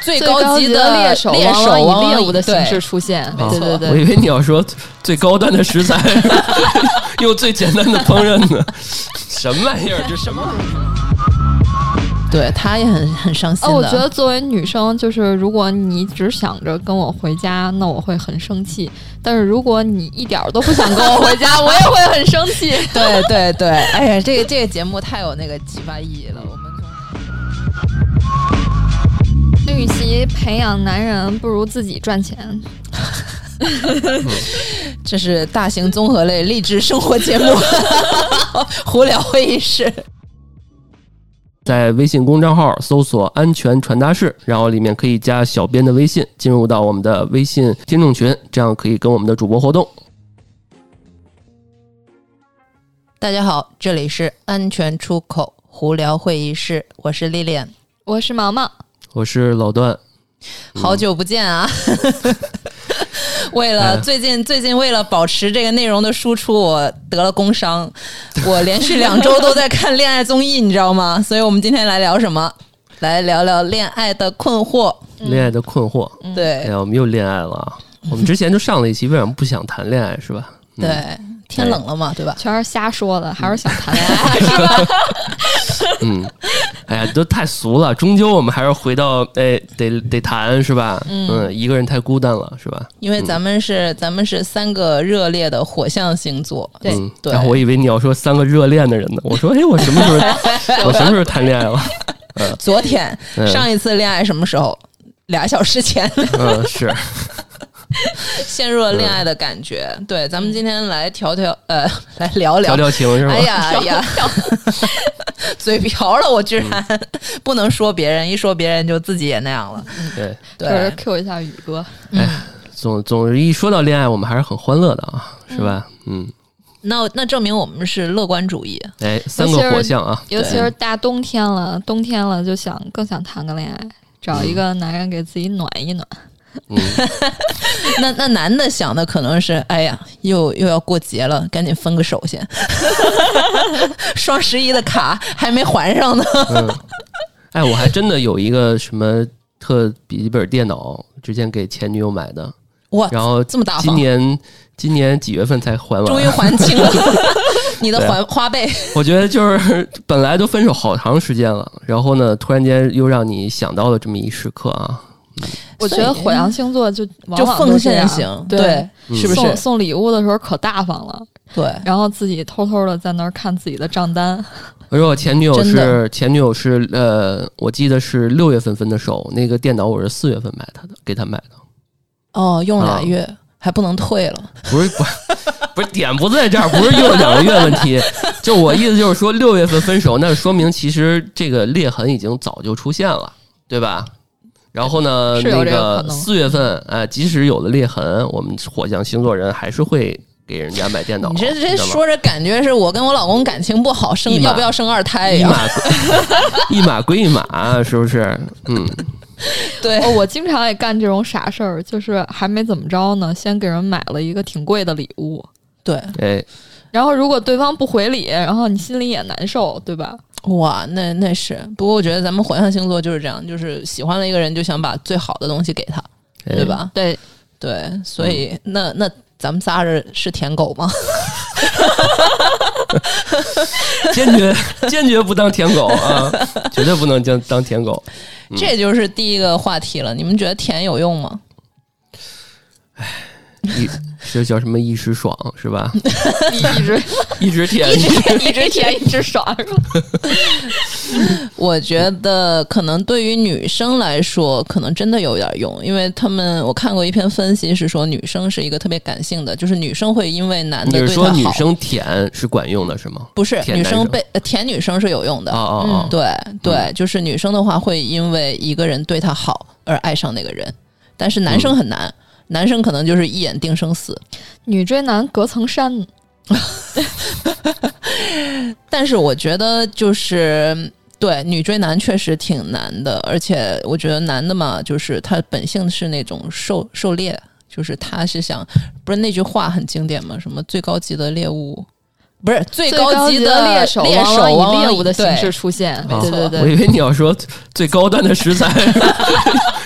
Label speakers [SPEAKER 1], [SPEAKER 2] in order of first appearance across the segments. [SPEAKER 1] 最
[SPEAKER 2] 最高
[SPEAKER 1] 级
[SPEAKER 2] 级
[SPEAKER 1] 的
[SPEAKER 2] 猎手
[SPEAKER 1] 猎
[SPEAKER 2] 往往
[SPEAKER 1] 手
[SPEAKER 2] 以猎物的形式
[SPEAKER 1] 对
[SPEAKER 2] 出现，
[SPEAKER 1] 没
[SPEAKER 2] 对
[SPEAKER 1] 错
[SPEAKER 2] 对
[SPEAKER 3] 啊我
[SPEAKER 2] 对，
[SPEAKER 3] 以为你要说最高端的食 材，用最简单的烹饪呢， 什么玩意儿？这什么玩意儿？
[SPEAKER 2] 对他也很很伤心
[SPEAKER 4] 哦，
[SPEAKER 2] 的。
[SPEAKER 4] 我觉得作为女生，就是如果你只想着跟我回家，那我会很生气；但是如果你一点儿都不想跟我回家， 我也会很生气。
[SPEAKER 2] 对对 对，哎呀，这个这个节目太有那个启发意义了，我们
[SPEAKER 4] 与其培养男人，不如自己赚钱。
[SPEAKER 2] 这是大型综合类励志生活节目， 胡聊会议室。
[SPEAKER 3] 在微信公众号搜索“安全传达室”，然后里面可以加小编的微信，进入到我们的微信听众群，这样可以跟我们的主播互动。
[SPEAKER 2] 大家好，这里是安全出口胡聊会议室，我是丽丽，
[SPEAKER 4] 我是毛毛，
[SPEAKER 3] 我是老段，
[SPEAKER 2] 好久不见啊！
[SPEAKER 3] 嗯
[SPEAKER 2] 为
[SPEAKER 3] 哎
[SPEAKER 2] 了最近最近为了保持这个内容的输出，我得了工 伤，我连续两周都在看恋爱综艺，你知道吗？所以我们今天来聊什么？来聊聊恋爱的困惑。
[SPEAKER 3] 恋爱的困惑。哎
[SPEAKER 2] 对
[SPEAKER 3] 呀，我们又恋爱了啊！我们之前就上了一期，为什么不想谈恋爱是吧？嗯
[SPEAKER 2] 对，天冷了嘛，对吧？
[SPEAKER 4] 全是瞎说的，还是想谈恋爱。
[SPEAKER 3] 嗯，哎呀，都太俗了。终究我们还是回到哎，得得谈是吧？嗯，一个人太孤单了是吧？
[SPEAKER 2] 因为咱们是、咱们是三个热烈的火象星座，
[SPEAKER 4] 对
[SPEAKER 3] 嗯，
[SPEAKER 2] 对
[SPEAKER 3] 然后我以为你要说三个热恋的人呢，我说哎，我什么时 候我什么时候谈恋爱了？
[SPEAKER 2] 昨天、
[SPEAKER 3] 嗯
[SPEAKER 2] 上一次恋爱什么时候？俩小时前
[SPEAKER 3] 嗯，是
[SPEAKER 2] 陷入了恋爱的感觉。对，咱们今天来调调，呃，来聊聊。
[SPEAKER 3] 调调情是吧？
[SPEAKER 2] 哎呀哎呀，嘴瓢了，我居然、不能说别人，一说别人就自己也那样了。
[SPEAKER 3] 对，
[SPEAKER 4] 就
[SPEAKER 2] 对，
[SPEAKER 4] 是 Q 一下宇哥，
[SPEAKER 3] 总总是一说到恋爱，我们还是很欢乐的啊，是吧？嗯，
[SPEAKER 2] 那那证明我们是乐观主义。
[SPEAKER 3] 哎，三个火象啊，
[SPEAKER 4] 尤其是大冬天了，冬天了就想更想谈个恋爱，找一个男人给自己暖一暖。
[SPEAKER 3] 嗯，
[SPEAKER 2] 那那男的想的可能是，哎呀，又又要过节了，赶紧分个手先。双十一的卡还没还上呢。
[SPEAKER 3] 嗯，哎，我还真的有一个什么特笔记本电脑，之前给前女友买的，
[SPEAKER 2] 哇，
[SPEAKER 3] 然后
[SPEAKER 2] 这么大
[SPEAKER 3] 今
[SPEAKER 2] 方，
[SPEAKER 3] 年今年几月份才还
[SPEAKER 2] 终于
[SPEAKER 3] 完？
[SPEAKER 2] 还清了你的
[SPEAKER 3] 对
[SPEAKER 2] 还花呗。
[SPEAKER 3] 我觉得就是本来都分手好长时间了，然后呢，突然间又让你想到了这么一时刻啊，
[SPEAKER 4] 我觉得火象星座就往往
[SPEAKER 2] 就
[SPEAKER 4] 都
[SPEAKER 2] 奉
[SPEAKER 4] 这样
[SPEAKER 2] 献型
[SPEAKER 4] 对，
[SPEAKER 3] 嗯
[SPEAKER 2] 是不
[SPEAKER 4] 送
[SPEAKER 2] 是？
[SPEAKER 4] 送礼物的时候可大方了，
[SPEAKER 2] 对，
[SPEAKER 4] 然后自己偷偷的在那儿看自己的账单。
[SPEAKER 3] 我说我前女友
[SPEAKER 2] 真的
[SPEAKER 3] 是前女友是呃，我记得是六月份分的手，那个电脑我是四月份买她的，给她买的，
[SPEAKER 2] 哦，用
[SPEAKER 3] 了俩
[SPEAKER 2] 俩月、还不能退了。
[SPEAKER 3] 不是不是 不是点不在这儿，不是用两个月问题， 就我意思就是说六月份分手，那说明其实这个裂痕已经早就出现了，对吧？然后呢，
[SPEAKER 4] 是有
[SPEAKER 3] 那
[SPEAKER 4] 这个可能
[SPEAKER 3] 四月份，哎，即使有了裂痕，我们火象星座人还是会给人家买电脑。
[SPEAKER 2] 你这这
[SPEAKER 3] 知道吗
[SPEAKER 2] 说着感觉是我跟我老公感情不好，生
[SPEAKER 3] 一码
[SPEAKER 2] 要不要生二胎一
[SPEAKER 3] 一
[SPEAKER 2] 样。
[SPEAKER 3] 码归一码归 一码，是不是？嗯，
[SPEAKER 2] 对，
[SPEAKER 4] 哦，我经常也干这种傻事儿，就是还没怎么着呢，先给人买了一个挺贵的礼物，
[SPEAKER 2] 对，
[SPEAKER 3] 哎，
[SPEAKER 4] 然后如果对方不回礼，然后你心里也难受，对吧？
[SPEAKER 2] 哇，那那是。不过我觉得咱们火象星座就是这样，就是喜欢了一个人就想把最好的东西给他，
[SPEAKER 3] 哎嗯
[SPEAKER 2] 对吧？
[SPEAKER 4] 对，
[SPEAKER 2] 对，所以、那那咱们仨是是舔狗吗？
[SPEAKER 3] 坚决坚决不当舔狗啊，绝对不能当当舔狗。嗯
[SPEAKER 2] 这就是第一个话题了。你们觉得舔有用吗？
[SPEAKER 3] 一这叫什么一时爽是吧？
[SPEAKER 4] 一 直
[SPEAKER 3] 一直舔，
[SPEAKER 4] 一直甜一直爽，是吧？
[SPEAKER 2] 我觉得可能对于女生来说，可能真的有点用，因为他们我看过一篇分析是说，女生是一个特别感性的，就是女生会因为男
[SPEAKER 3] 你
[SPEAKER 2] 的
[SPEAKER 3] 是
[SPEAKER 2] 对
[SPEAKER 3] 说
[SPEAKER 2] 她
[SPEAKER 3] 女
[SPEAKER 2] 好，
[SPEAKER 3] 生舔是管用的是吗？
[SPEAKER 2] 不是
[SPEAKER 3] 舔
[SPEAKER 2] 女
[SPEAKER 3] 男
[SPEAKER 2] 生
[SPEAKER 3] 生
[SPEAKER 2] 被呃舔女生是有用的嗯
[SPEAKER 3] 哦哦哦，
[SPEAKER 2] 对对，就是女生的话会因为一个人对她好而爱上那个人，但是男生
[SPEAKER 3] 嗯
[SPEAKER 2] 很难，男生可能就是一眼定生死。
[SPEAKER 4] 女追男隔层山，
[SPEAKER 2] 但是我觉得就是对女追男确实挺难的，而且我觉得男的嘛，就是他本性是那种狩狩猎，就是他是想，不是那句话很经典嘛，什么最高级的猎物。不是最
[SPEAKER 4] 最高
[SPEAKER 2] 级
[SPEAKER 4] 的
[SPEAKER 2] 猎
[SPEAKER 4] 手
[SPEAKER 2] 猎
[SPEAKER 4] 往往以
[SPEAKER 2] 往
[SPEAKER 4] 猎
[SPEAKER 2] 往
[SPEAKER 4] 物的
[SPEAKER 2] 对
[SPEAKER 4] 形式出现，
[SPEAKER 3] 啊
[SPEAKER 4] 嗯对对
[SPEAKER 3] 我以
[SPEAKER 4] 对，
[SPEAKER 3] 为你要说最高端的食材，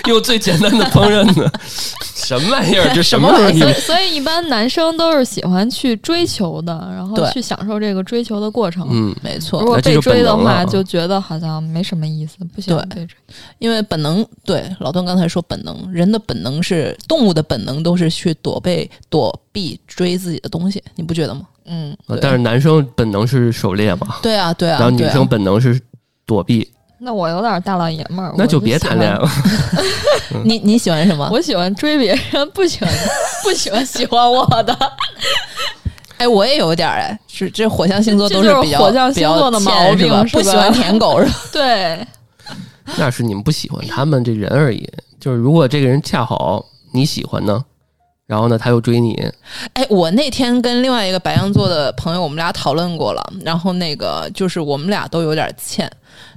[SPEAKER 3] 用最简单的烹饪呢， 什么玩意儿？这什么时候你
[SPEAKER 4] 所以所以一般男生都是喜欢去追求的，然后
[SPEAKER 2] 对
[SPEAKER 4] 去享受这个追求的过程。
[SPEAKER 3] 嗯，
[SPEAKER 2] 没
[SPEAKER 4] 如
[SPEAKER 2] 错，
[SPEAKER 4] 果
[SPEAKER 3] 哎这
[SPEAKER 4] 被
[SPEAKER 3] 就
[SPEAKER 4] 追
[SPEAKER 3] 本
[SPEAKER 4] 的
[SPEAKER 3] 能了
[SPEAKER 4] 话，
[SPEAKER 3] 啊
[SPEAKER 4] 就觉得好像没什么意思，不喜欢
[SPEAKER 2] 对
[SPEAKER 4] 被追。
[SPEAKER 2] 因为本能对老段刚才说本能，人的本能是动物的本能，都是去躲避、躲避追自己的东西，你不觉得吗？
[SPEAKER 4] 嗯，
[SPEAKER 3] 呃但是男生本能是狩猎嘛，
[SPEAKER 2] 对啊，对啊，
[SPEAKER 3] 然后女
[SPEAKER 2] 对啊
[SPEAKER 3] 生本能是躲避，
[SPEAKER 4] 那我有点大老爷们儿，
[SPEAKER 3] 那
[SPEAKER 4] 我
[SPEAKER 3] 就
[SPEAKER 4] 喜
[SPEAKER 3] 别谈恋爱
[SPEAKER 4] 欢
[SPEAKER 3] 了。
[SPEAKER 2] 你你喜欢什么？
[SPEAKER 4] 我喜欢追别人，不喜欢不喜欢喜欢我的，
[SPEAKER 2] 哎，我也有一点儿哎，是这火象星座
[SPEAKER 4] 这
[SPEAKER 2] 都
[SPEAKER 4] 就是
[SPEAKER 2] 比较
[SPEAKER 4] 火象星座的
[SPEAKER 2] 比较
[SPEAKER 4] 毛
[SPEAKER 2] 欠是吧
[SPEAKER 4] 病是
[SPEAKER 2] 不喜欢
[SPEAKER 4] 吧
[SPEAKER 2] 舔狗是吧？
[SPEAKER 4] 对，
[SPEAKER 3] 那是你们不喜欢他们这人而已。就是如果这个人恰好你喜欢呢，然后呢他又追你，
[SPEAKER 2] 哎，我那天跟另外一个白羊座的朋友，我们俩讨论过了，然后那个就是我们俩都有点欠，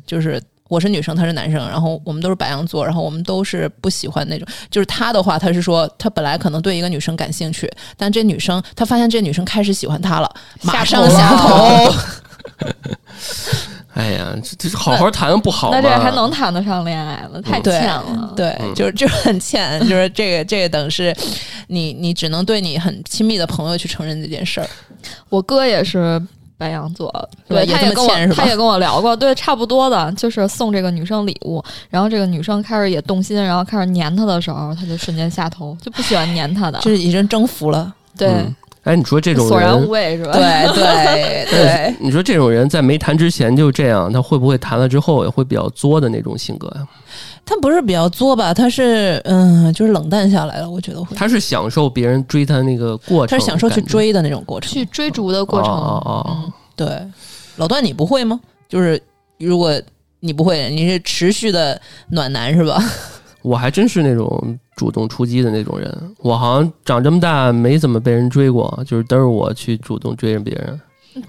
[SPEAKER 2] 就是。我是女生，他是男生，然后我们都是白羊座，然后我们都是不喜欢那种。就是他的话，他是说他本来可能对一个女生感兴趣，但这女生他发现这女生开始喜欢他了，马上下
[SPEAKER 4] 下头
[SPEAKER 2] 头。
[SPEAKER 3] 哎呀，这这好好谈不好吗？嗯
[SPEAKER 4] 那这还能谈得上恋爱了？太
[SPEAKER 2] 对
[SPEAKER 4] 欠了。
[SPEAKER 2] 对，就是就是很欠，就是这个这个等是你你只能对你很亲密的朋友去承认这件事儿。
[SPEAKER 4] 我哥也是白羊座，
[SPEAKER 2] 是吧
[SPEAKER 4] 对，
[SPEAKER 2] 也
[SPEAKER 4] 他
[SPEAKER 2] 这
[SPEAKER 4] 也
[SPEAKER 2] 么
[SPEAKER 4] 跟我
[SPEAKER 2] 欠是吧
[SPEAKER 4] 他也跟我聊过，对，差不多的，就是送这个女生礼物，然后这个女生开始也动心，然后开始粘他的时候，他就瞬间下头，就不喜欢粘他的，
[SPEAKER 2] 就是已经征服了。
[SPEAKER 4] 对，
[SPEAKER 3] 嗯哎，你说这种
[SPEAKER 4] 索然无
[SPEAKER 3] 人，哎
[SPEAKER 4] 味是吧？
[SPEAKER 2] 对 对对，
[SPEAKER 3] 你说这种人在没谈之前就这样，他会不会谈了之后也会比较作的那种性格呀？
[SPEAKER 2] 他不是比较作吧？他是嗯，就是冷淡下来了。我觉得会，
[SPEAKER 3] 他是享受别人追他那个过程，
[SPEAKER 2] 他是享受去
[SPEAKER 3] 感觉
[SPEAKER 2] 追的那种过程
[SPEAKER 4] 去。追逐的过程，
[SPEAKER 3] 哦哦哦
[SPEAKER 4] 嗯，
[SPEAKER 2] 对，老段你不会吗？就是如果你不会，你是持续的暖男是吧？
[SPEAKER 3] 我还真是那种主动出击的那种人，我好像长这么大没怎么被人追过，就是都是我去主动追着别人。啊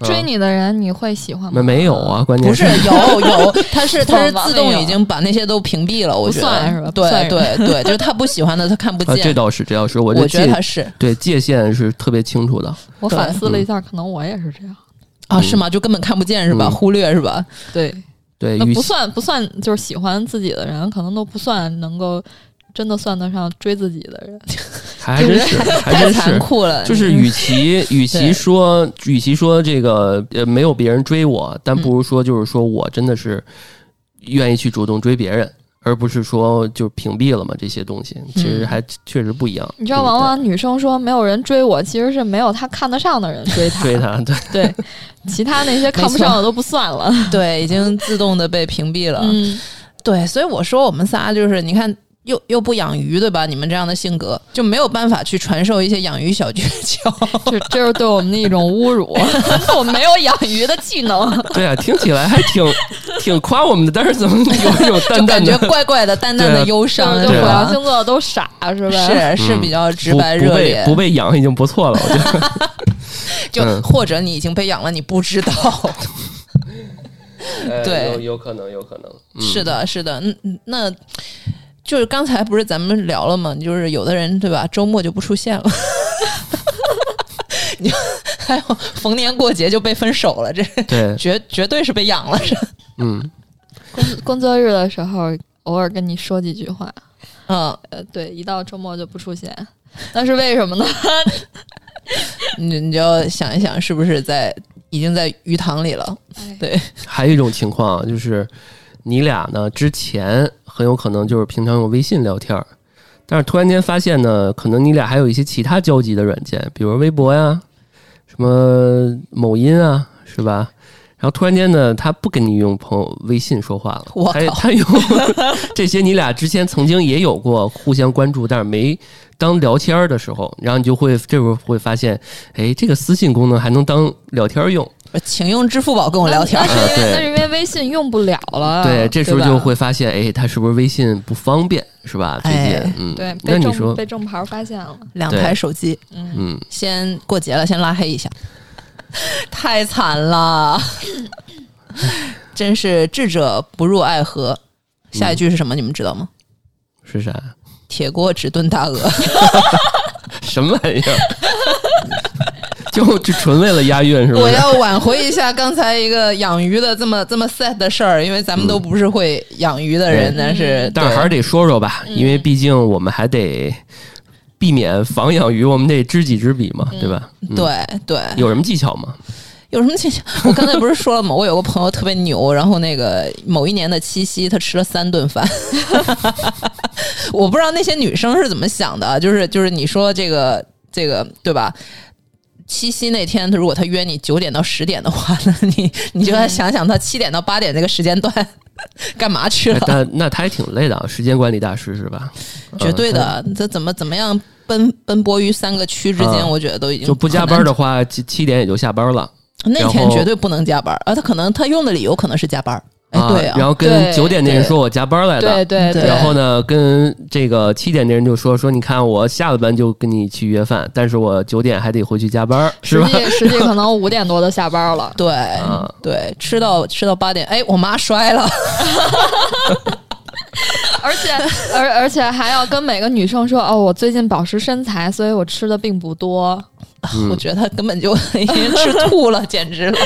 [SPEAKER 4] 追你的人你会喜欢
[SPEAKER 3] 没
[SPEAKER 4] 吗？
[SPEAKER 3] 没有，啊，关键
[SPEAKER 2] 不是有有，他是他是自动
[SPEAKER 4] 没有
[SPEAKER 2] 已经把那些都屏蔽了，我觉
[SPEAKER 4] 不算
[SPEAKER 2] 得
[SPEAKER 4] 是吧不算
[SPEAKER 2] 对
[SPEAKER 4] 是
[SPEAKER 2] 对对，就是他不喜欢的他看不
[SPEAKER 3] 啊，这
[SPEAKER 2] 见。
[SPEAKER 3] 倒是，这倒是，我这
[SPEAKER 2] 我觉得
[SPEAKER 3] 界
[SPEAKER 2] 他是
[SPEAKER 3] 对界限是特别清楚的。
[SPEAKER 4] 我
[SPEAKER 2] 对
[SPEAKER 4] 反思
[SPEAKER 3] 嗯
[SPEAKER 4] 了一下，可能我也是这样，
[SPEAKER 2] 啊，是吗？就根本看不见是吧？
[SPEAKER 3] 嗯
[SPEAKER 2] 忽略是吧？
[SPEAKER 4] 对，
[SPEAKER 3] 对，
[SPEAKER 4] 那
[SPEAKER 3] 嗯与
[SPEAKER 4] 不
[SPEAKER 3] 其
[SPEAKER 4] 算不算，就是喜欢自己的人，可能都不算能够真的算得上追自己的人。
[SPEAKER 3] 还 真是，还
[SPEAKER 2] 太
[SPEAKER 3] 真
[SPEAKER 2] 残
[SPEAKER 3] 是，
[SPEAKER 2] 酷了，
[SPEAKER 3] 就是与其 与其
[SPEAKER 2] 对
[SPEAKER 3] 说与其说这个呃没有别人追我，
[SPEAKER 2] 嗯
[SPEAKER 3] 但不如说就是说我真的是愿意去主动追别人。而不是说就屏蔽了嘛这些东西，其实
[SPEAKER 2] 嗯
[SPEAKER 3] 还确实不一样。
[SPEAKER 4] 你知道，往往女生说没有人追我，其实是没有她看得上的人追她，
[SPEAKER 3] 对追他，对，
[SPEAKER 4] 对，其他那些看不上的都不算了。
[SPEAKER 2] 对，已经自动的被屏蔽了。
[SPEAKER 4] 嗯，
[SPEAKER 2] 对，所以我说我们仨就是，你看又又不养鱼，对吧？你们这样的性格就没有办法去传授一些养鱼小诀窍。
[SPEAKER 4] 这这是对我们的一种侮 辱。我没有养鱼的技能，
[SPEAKER 3] 对啊，听起来还挺挺夸我们的，但是怎么有一种
[SPEAKER 2] 就
[SPEAKER 3] 淡
[SPEAKER 2] 感
[SPEAKER 3] 淡
[SPEAKER 2] 觉
[SPEAKER 3] 的
[SPEAKER 2] 怪怪的、淡淡
[SPEAKER 3] 对
[SPEAKER 2] 的
[SPEAKER 3] 啊嗯
[SPEAKER 2] 忧
[SPEAKER 4] 就
[SPEAKER 2] 伤，
[SPEAKER 4] 是就
[SPEAKER 2] 对
[SPEAKER 4] 火象
[SPEAKER 2] 吧？
[SPEAKER 4] 星座都傻是吧？
[SPEAKER 2] 是是比较直白
[SPEAKER 3] 不不
[SPEAKER 2] 热
[SPEAKER 3] 被
[SPEAKER 2] 烈，
[SPEAKER 3] 不被养已经不错了，我觉得。
[SPEAKER 2] 就
[SPEAKER 3] 嗯
[SPEAKER 2] 或者你已经被养了，你不知 道。
[SPEAKER 3] 呃
[SPEAKER 2] 对
[SPEAKER 3] 有有可能，有可能。嗯
[SPEAKER 2] 是的，是的，嗯，嗯那就是刚才不是咱们聊了吗？就是有的人对吧，周末就不出现了， 你 还有逢年过节就被分手了，这
[SPEAKER 3] 对，
[SPEAKER 2] 绝绝对是被养了，是
[SPEAKER 3] 嗯，
[SPEAKER 4] 工工作日的时候，偶尔跟你说几句话。
[SPEAKER 2] 嗯，
[SPEAKER 4] 呃，对，一到周末就不出现，那是为什么呢？
[SPEAKER 2] 你你就要想一想，是不是在已经在鱼塘里了？
[SPEAKER 4] 哎
[SPEAKER 2] 对，
[SPEAKER 3] 还有一种情况啊就是，你俩呢之前很有可能就是平常用微信聊天儿，但是突然间发现呢，可能你俩还有一些其他交集的软件，比如微博呀、什么某音啊，是吧？然后突然间呢，他不跟你用朋友微信说话了
[SPEAKER 2] 我，
[SPEAKER 3] 他
[SPEAKER 2] 靠
[SPEAKER 3] 他用 这些你俩之前曾经也有过互相关注，但是没当聊天儿的时候，然后你就会这会儿会发现，哎，这个私信功能还能当聊天儿用。
[SPEAKER 2] 请用支付宝跟我聊天
[SPEAKER 4] 那
[SPEAKER 2] 儿。
[SPEAKER 4] 是因为那是因
[SPEAKER 3] 对
[SPEAKER 4] 为微信用不了
[SPEAKER 2] 嗯
[SPEAKER 4] 了。
[SPEAKER 3] 对，这时候
[SPEAKER 4] 吧
[SPEAKER 3] 就会发现，哎，他是不是微信不方便，是吧？最近，
[SPEAKER 2] 哎
[SPEAKER 3] 嗯，
[SPEAKER 4] 对
[SPEAKER 3] 那
[SPEAKER 4] 被
[SPEAKER 3] 你
[SPEAKER 4] 正
[SPEAKER 3] 说，
[SPEAKER 4] 被正牌发现了。
[SPEAKER 2] 两台手机，
[SPEAKER 3] 嗯，
[SPEAKER 2] 先过节了，先拉黑一下， 太惨了，真是智者不入爱河。下一句是什么？你们知道吗？
[SPEAKER 3] 是啥？
[SPEAKER 2] 铁锅只炖大鹅，
[SPEAKER 3] 什么玩意儿？ 就就纯为了押韵是不
[SPEAKER 2] 我
[SPEAKER 3] 是？
[SPEAKER 2] 要挽回一下刚才一个养鱼的这么这么 sad 的事儿，因为咱们都不是会养鱼的人，
[SPEAKER 3] 嗯
[SPEAKER 2] 但是
[SPEAKER 3] 但是还是得说说吧，因
[SPEAKER 2] 嗯
[SPEAKER 3] 为毕竟我们还得避免防养鱼，我们得知己知彼嘛，对吧？嗯，
[SPEAKER 2] 对对，
[SPEAKER 3] 有什么技巧吗？
[SPEAKER 2] 有什么技巧？我刚才不是说了吗？我有个朋友特别牛，然后那个某一年的七夕，他吃了三顿饭。 我不知道那些女生是怎么想的啊，就是就是你说这个这个对吧？七夕那天，他如果他约你九点到十点的话， 那你你就要想想他七点到八点这个时间段 干嘛去
[SPEAKER 3] 哎
[SPEAKER 2] 了？
[SPEAKER 3] 但那他也挺累的啊，时间管理大师是吧？
[SPEAKER 2] 绝对
[SPEAKER 3] 嗯，
[SPEAKER 2] 的，这怎么怎么样奔奔波于三个区之间，
[SPEAKER 3] 啊
[SPEAKER 2] 我觉得都已
[SPEAKER 3] 他
[SPEAKER 2] 经
[SPEAKER 3] 就不加
[SPEAKER 2] 很难
[SPEAKER 3] 班的话，七七点也就下班了。
[SPEAKER 2] 那
[SPEAKER 3] 然
[SPEAKER 2] 天
[SPEAKER 3] 后
[SPEAKER 2] 绝对不能加班儿啊！他可能他用的理由可能是加班儿，哎，对啊，
[SPEAKER 3] 然后跟
[SPEAKER 4] 对
[SPEAKER 3] 九点那人
[SPEAKER 2] 对
[SPEAKER 3] 说我加班来的，
[SPEAKER 4] 对对
[SPEAKER 2] 对。
[SPEAKER 4] 对，
[SPEAKER 3] 然后呢，跟这个七点的人就说说，你看我下了班就跟你去约饭，但是我九点还得回去加班，是
[SPEAKER 4] 实
[SPEAKER 3] 吧？
[SPEAKER 4] 际实际可能五点多都下班了
[SPEAKER 2] 对、
[SPEAKER 3] 啊
[SPEAKER 2] 对，吃到吃到八点，哎，我妈摔了，
[SPEAKER 4] 而且而而且还要跟每个女生说哦，我最近保持身材，所以我吃的并不多。
[SPEAKER 3] 嗯
[SPEAKER 2] 我觉得她根本就已经吃吐了，简直 了。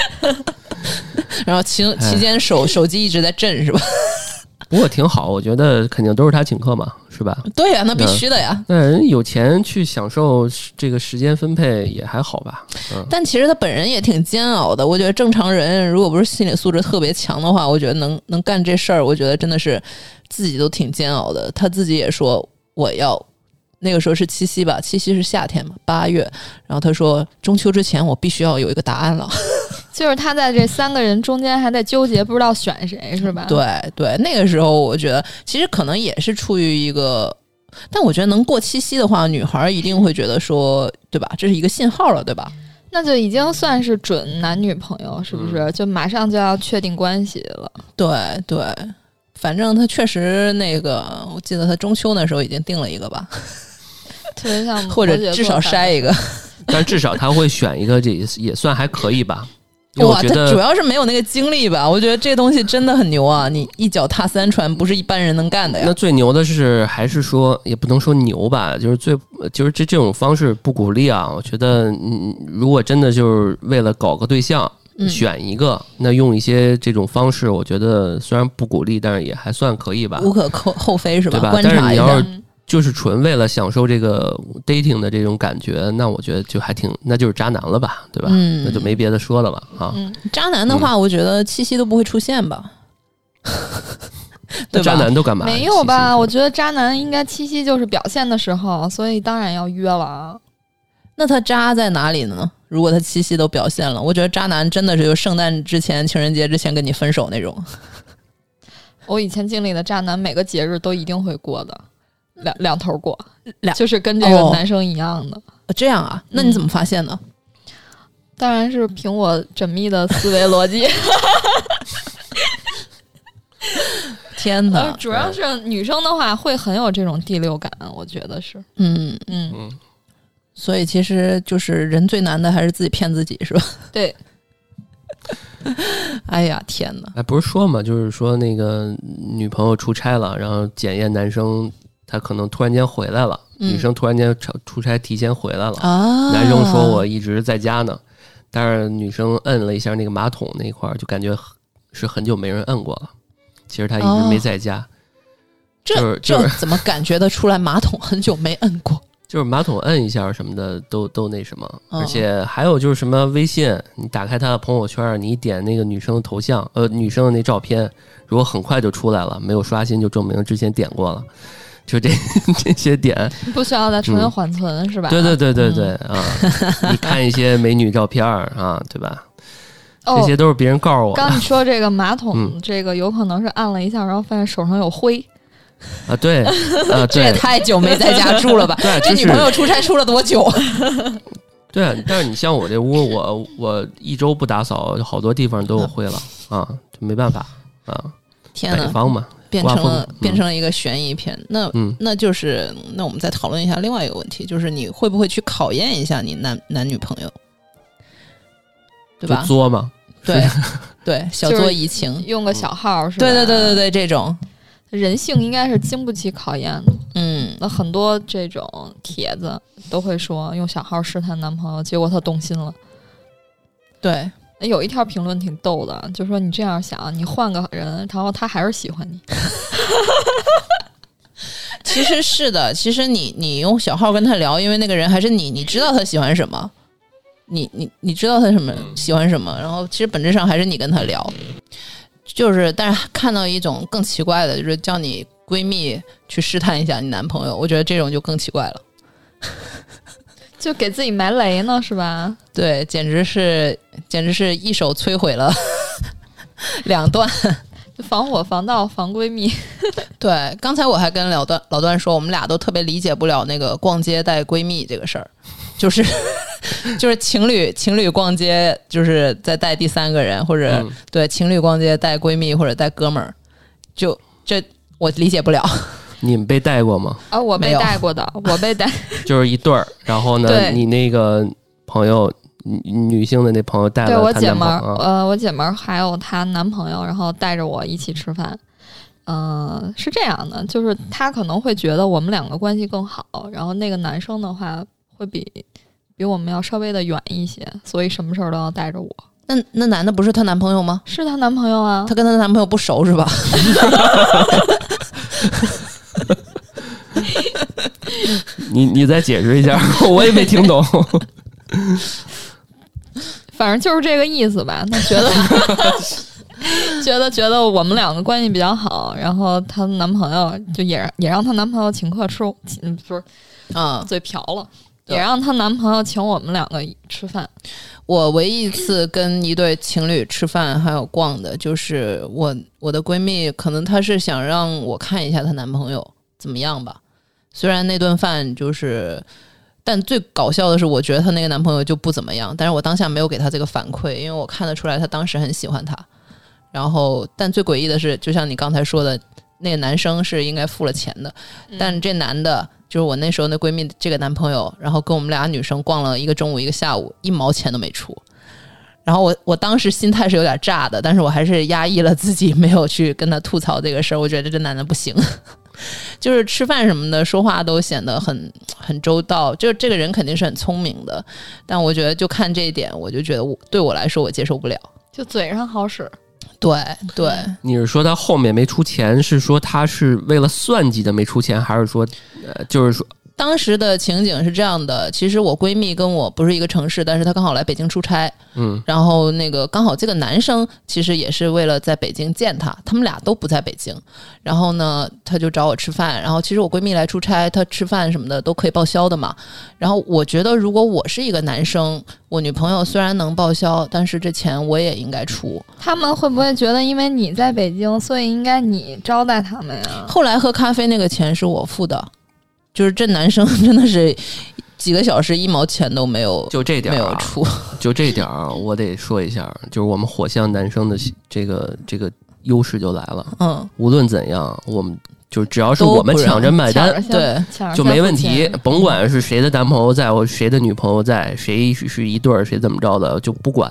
[SPEAKER 2] 然后期期间手手机一直在震是吧？
[SPEAKER 3] 哎不过挺好，我觉得肯定都是他请客嘛，是吧？
[SPEAKER 2] 对呀、那必须的呀。
[SPEAKER 3] 那人有钱去享受这个时间分配也还好吧？嗯，
[SPEAKER 2] 但其实她本人也挺煎熬的。我觉得正常人如果不是心理素质特别强的话，我觉得能能干这事儿，我觉得真的是自己都挺煎熬的。她自己也说我要。那个时候是七夕吧，七夕是夏天嘛，八月。然后她说中秋之前我必须要有一个答案了。
[SPEAKER 4] 就是他在这三个人中间还在纠结，不知道选谁是吧？，
[SPEAKER 2] 对对，那个时候我觉得其实可能也是出于一个，但我觉得能过七夕的话，女孩儿一定会觉得说，对吧？这是一个信号了，对吧？
[SPEAKER 4] 那就已经算是准男女朋友，是不是？
[SPEAKER 2] 嗯
[SPEAKER 4] 就马上就要确定关系 了。
[SPEAKER 2] 对对，反正她确实那个，我记得她中秋那时候已经定了一个吧，
[SPEAKER 4] 特别像
[SPEAKER 2] 或
[SPEAKER 4] 摩羯
[SPEAKER 2] 者
[SPEAKER 4] 座
[SPEAKER 2] 至少
[SPEAKER 4] 反
[SPEAKER 2] 筛一个。
[SPEAKER 3] 但至少他会选一个，这也也算还可以吧？因为我
[SPEAKER 2] 哇，
[SPEAKER 3] 觉
[SPEAKER 2] 她主
[SPEAKER 3] 得
[SPEAKER 2] 要是没有那个精力吧？我觉得这东西真的很牛啊！你一脚踏三船，不是一般人能干的呀
[SPEAKER 3] 那。最牛的是还是说也不能说牛吧，就是最就是这这种方式不鼓励啊。我觉得，嗯，如果真的就是为了搞个对象，
[SPEAKER 2] 嗯，
[SPEAKER 3] 选一个，那用一些这种方式，我觉得虽然不鼓励，但是也还算可以吧
[SPEAKER 2] 无。可扣厚非是吧？
[SPEAKER 3] 对吧
[SPEAKER 2] 观
[SPEAKER 3] 但是
[SPEAKER 2] 察
[SPEAKER 3] 你
[SPEAKER 2] 一
[SPEAKER 3] 要
[SPEAKER 2] 下
[SPEAKER 3] 是。
[SPEAKER 4] 嗯
[SPEAKER 3] 就是纯为了享受这个 dating 的这种感觉，那我觉得就还挺，那就是渣男了吧，对吧？
[SPEAKER 2] 嗯
[SPEAKER 3] 那就没别的说了吧啊。
[SPEAKER 4] 嗯，
[SPEAKER 2] 渣男的话，我觉得七夕都不会出现吧？对
[SPEAKER 3] 那
[SPEAKER 2] 吧？
[SPEAKER 3] 渣男都干嘛？
[SPEAKER 4] 没有
[SPEAKER 3] 其
[SPEAKER 4] 吧？
[SPEAKER 3] 实
[SPEAKER 4] 我觉得渣男应该七夕就是表现的时候，所以当然要约了啊。
[SPEAKER 2] 那他渣在哪里呢？如果他七夕都表现了，我觉得渣男真的是就圣诞之前、情人节之前跟你分手那种。
[SPEAKER 4] 我以前经历的渣男，每个节日都一定会过的，两两头过，
[SPEAKER 2] 两
[SPEAKER 4] 就是跟这
[SPEAKER 2] 哦
[SPEAKER 4] 个男生一样的。
[SPEAKER 2] 呃这样啊？那你怎么发现的？
[SPEAKER 4] 当然是凭我缜密 的思维逻辑，
[SPEAKER 2] 嗯天
[SPEAKER 4] 呃
[SPEAKER 2] 哪！
[SPEAKER 4] 主要是女生的话会很有这种第六感，我觉得是，
[SPEAKER 2] 嗯，
[SPEAKER 4] 嗯，
[SPEAKER 2] 所以其实就是人最难的还是自己骗自己，是吧？
[SPEAKER 4] 对，
[SPEAKER 2] 哎呀，天哪！
[SPEAKER 3] 哎，不是说嘛，就是说那个女朋友出差了，然后检验男生，他可能突然间回来了，
[SPEAKER 2] 嗯
[SPEAKER 3] 女生突然间出出差提前回来了，
[SPEAKER 2] 啊，
[SPEAKER 3] 男生说我一直在家呢，但是女生摁了一下那个马桶那一块儿，就感觉很是很久没人摁过了。其实他一直没在家，就是
[SPEAKER 2] 这
[SPEAKER 3] 就是
[SPEAKER 2] 这怎么感觉得出来？马桶很久没摁 过，
[SPEAKER 3] 就是马桶摁一下什么的都都那什么，
[SPEAKER 2] 哦
[SPEAKER 3] 而且还有就是什么微信，你打开他的朋友圈，你一点那个女生的头像，呃，女生的那照片，如果很快就出来了，没有刷新就证明之前点过了，就这 这些点，
[SPEAKER 4] 不需要再重新缓存、是吧？
[SPEAKER 3] 对对对 对对啊，你看一些美女照片儿啊，对吧？这
[SPEAKER 4] 哦
[SPEAKER 3] 些，都是别人告诉我的
[SPEAKER 4] 刚你说这个马桶
[SPEAKER 3] 嗯，
[SPEAKER 4] 这个有可能是按了一下，然后发现手上有灰，
[SPEAKER 3] 啊，对 啊，
[SPEAKER 2] 这也
[SPEAKER 3] 对。
[SPEAKER 2] 太久没在家住了 吧？
[SPEAKER 3] 对，
[SPEAKER 2] 这
[SPEAKER 3] 就
[SPEAKER 2] 女
[SPEAKER 3] 是
[SPEAKER 2] 朋友出差出了多久？
[SPEAKER 3] 对啊，但是你像我这屋，我我一周不打扫，好多地方都有灰了啊，就没办法啊，
[SPEAKER 2] 天
[SPEAKER 3] 北
[SPEAKER 2] 哪！
[SPEAKER 3] 方嘛，
[SPEAKER 2] 变成
[SPEAKER 3] 刮风
[SPEAKER 2] 了
[SPEAKER 3] 嗯
[SPEAKER 2] 变成了一个悬疑片。那
[SPEAKER 3] 嗯，
[SPEAKER 2] 那就是那我们再讨论一下另外一个问题，就是你会不会去考验一下你男男女朋友，对
[SPEAKER 3] 就
[SPEAKER 2] 吧？
[SPEAKER 3] 作嘛，
[SPEAKER 2] 对对，小
[SPEAKER 4] 就是啊
[SPEAKER 2] 作怡情，
[SPEAKER 3] 嗯
[SPEAKER 4] 用个小号是吧？
[SPEAKER 2] 对对对对对，这种，
[SPEAKER 4] 对，人性应该是经不起考验的。
[SPEAKER 2] 嗯，
[SPEAKER 4] 的很多这种帖子都会说用小号试探男朋友，结果他动心了。
[SPEAKER 2] 对，
[SPEAKER 4] 有一条评论挺逗的，就说你这样想，你换个人，然后他还是喜欢你。
[SPEAKER 2] 其实是的，其实你你用小号跟他聊，因为那个人还是你，你知道他喜欢什么，你你你知道他什么喜欢什么，然后其实本质上还是你跟他聊，就是但是看到一种更奇怪的，就是叫你闺蜜去试探一下你男朋友，我觉得这种就更奇怪了，
[SPEAKER 4] 就给自己埋雷呢，是吧？
[SPEAKER 2] 对，简直是简直是一手摧毁了 两段。
[SPEAKER 4] 就防火、防盗、防闺蜜，
[SPEAKER 2] 对，刚才我还跟老段老段说，我们俩都特别理解不了那个逛街带闺蜜这个事儿，就是 就是情侣情侣逛街就是在带第三个人，或者、
[SPEAKER 3] 嗯
[SPEAKER 2] 对情侣逛街带闺蜜或者带哥们儿，就这我理解不了。
[SPEAKER 3] 你们被带 过吗？
[SPEAKER 4] 啊，我
[SPEAKER 2] 没
[SPEAKER 4] 被
[SPEAKER 2] 有
[SPEAKER 4] 带 过的，我被带，
[SPEAKER 3] 就是一对儿，然后呢，
[SPEAKER 4] 对
[SPEAKER 3] 你那个朋友，女女性的那朋友带
[SPEAKER 4] 对
[SPEAKER 3] 了
[SPEAKER 4] 我
[SPEAKER 3] 她
[SPEAKER 4] 姐
[SPEAKER 3] 男
[SPEAKER 4] 们
[SPEAKER 3] 朋
[SPEAKER 4] 儿，
[SPEAKER 3] 友啊，
[SPEAKER 4] 呃，我姐们儿还有她男朋友，然后带着我一起吃饭。嗯、是这样的，就是她可能会觉得我们两个关系更好，然后那个男生的话会比比我们要稍微的远一些，所以什么事儿都要带着我。
[SPEAKER 2] 那那男的不是她男朋友吗？
[SPEAKER 4] 是她男朋友啊
[SPEAKER 2] 她，跟她男朋友不熟是吧？
[SPEAKER 3] 你你再解释一 下，我也没听懂。
[SPEAKER 4] 反正就是这个意思吧。她觉得觉得觉得我们两个关系比较好，然后她男朋友就也也让她男朋友请客吃，嗯，不是
[SPEAKER 2] 啊、
[SPEAKER 4] 嘴瓢了，
[SPEAKER 2] 对
[SPEAKER 4] 也让她男朋友请我们两个吃饭。
[SPEAKER 2] 我唯一一次跟一对情侣吃饭还有逛的，就是我我的闺蜜，可能她是想让我看一下她男朋友怎么样吧。虽然那顿饭就是，但最搞笑的是，我觉得她那个男朋友就不怎么样，但是我当下没有给她这个反馈，因为我看得出来她当时很喜欢他。然后，但最诡异的是，就像你刚才说的，那个男生是应该付了钱的，但这男的，就是我那时候那闺蜜这个男朋友，然后跟我们俩女生逛了一个中午一个下午，一毛钱都没出。然后我我当时心态是有点炸的，但是我还是压抑了自己，没有去跟他吐槽这个事儿。我觉得这男的不行， 就是吃饭什么的，说话都显得很很周到。就是这个人肯定是很聪明的，但我觉得就看这一点，我就觉得我对我来说我接受不了。
[SPEAKER 4] 就嘴上好使，
[SPEAKER 2] 对对，
[SPEAKER 3] 你是说他后面没出钱，是说他是为了算计的没出钱，还是说，呃，就是说
[SPEAKER 2] 当时的情景是这样的，其实我闺蜜跟我不是一个城市，但是她刚好来北京出差，
[SPEAKER 3] 嗯，
[SPEAKER 2] 然后那个刚好这个男生其实也是为了在北京见她，他们俩都不在北京，然后呢，他就找我吃饭，然后其实我闺蜜来出差，她吃饭什么的都可以报销的嘛，然后我觉得如果我是一个男生，我女朋友虽然能报销，但是这钱我也应该出。
[SPEAKER 4] 他们会不会觉得因为你在北京，所以应该你招待他们
[SPEAKER 3] 嗯
[SPEAKER 4] 呀？
[SPEAKER 2] 后来喝咖啡那个钱是我付的，就是这男生真的是几个小时一毛钱都没有。
[SPEAKER 3] 就这点
[SPEAKER 2] 没
[SPEAKER 3] 儿
[SPEAKER 2] 有
[SPEAKER 3] 啊？
[SPEAKER 2] 出，
[SPEAKER 3] 就这点儿啊，我得说一下，就是我们火象男生的这个这个优势就来了。
[SPEAKER 2] 嗯，
[SPEAKER 3] 无论怎样，我们就只要是
[SPEAKER 2] 都
[SPEAKER 3] 我们
[SPEAKER 2] 不让
[SPEAKER 3] 抢着买单，
[SPEAKER 2] 对，
[SPEAKER 4] 抢着
[SPEAKER 3] 就
[SPEAKER 4] 先
[SPEAKER 3] 没
[SPEAKER 4] 付
[SPEAKER 3] 问题
[SPEAKER 4] 钱，
[SPEAKER 3] 甭管是谁的男朋友在，或谁的女朋友在，谁是是一对儿，谁怎么着的，就不管。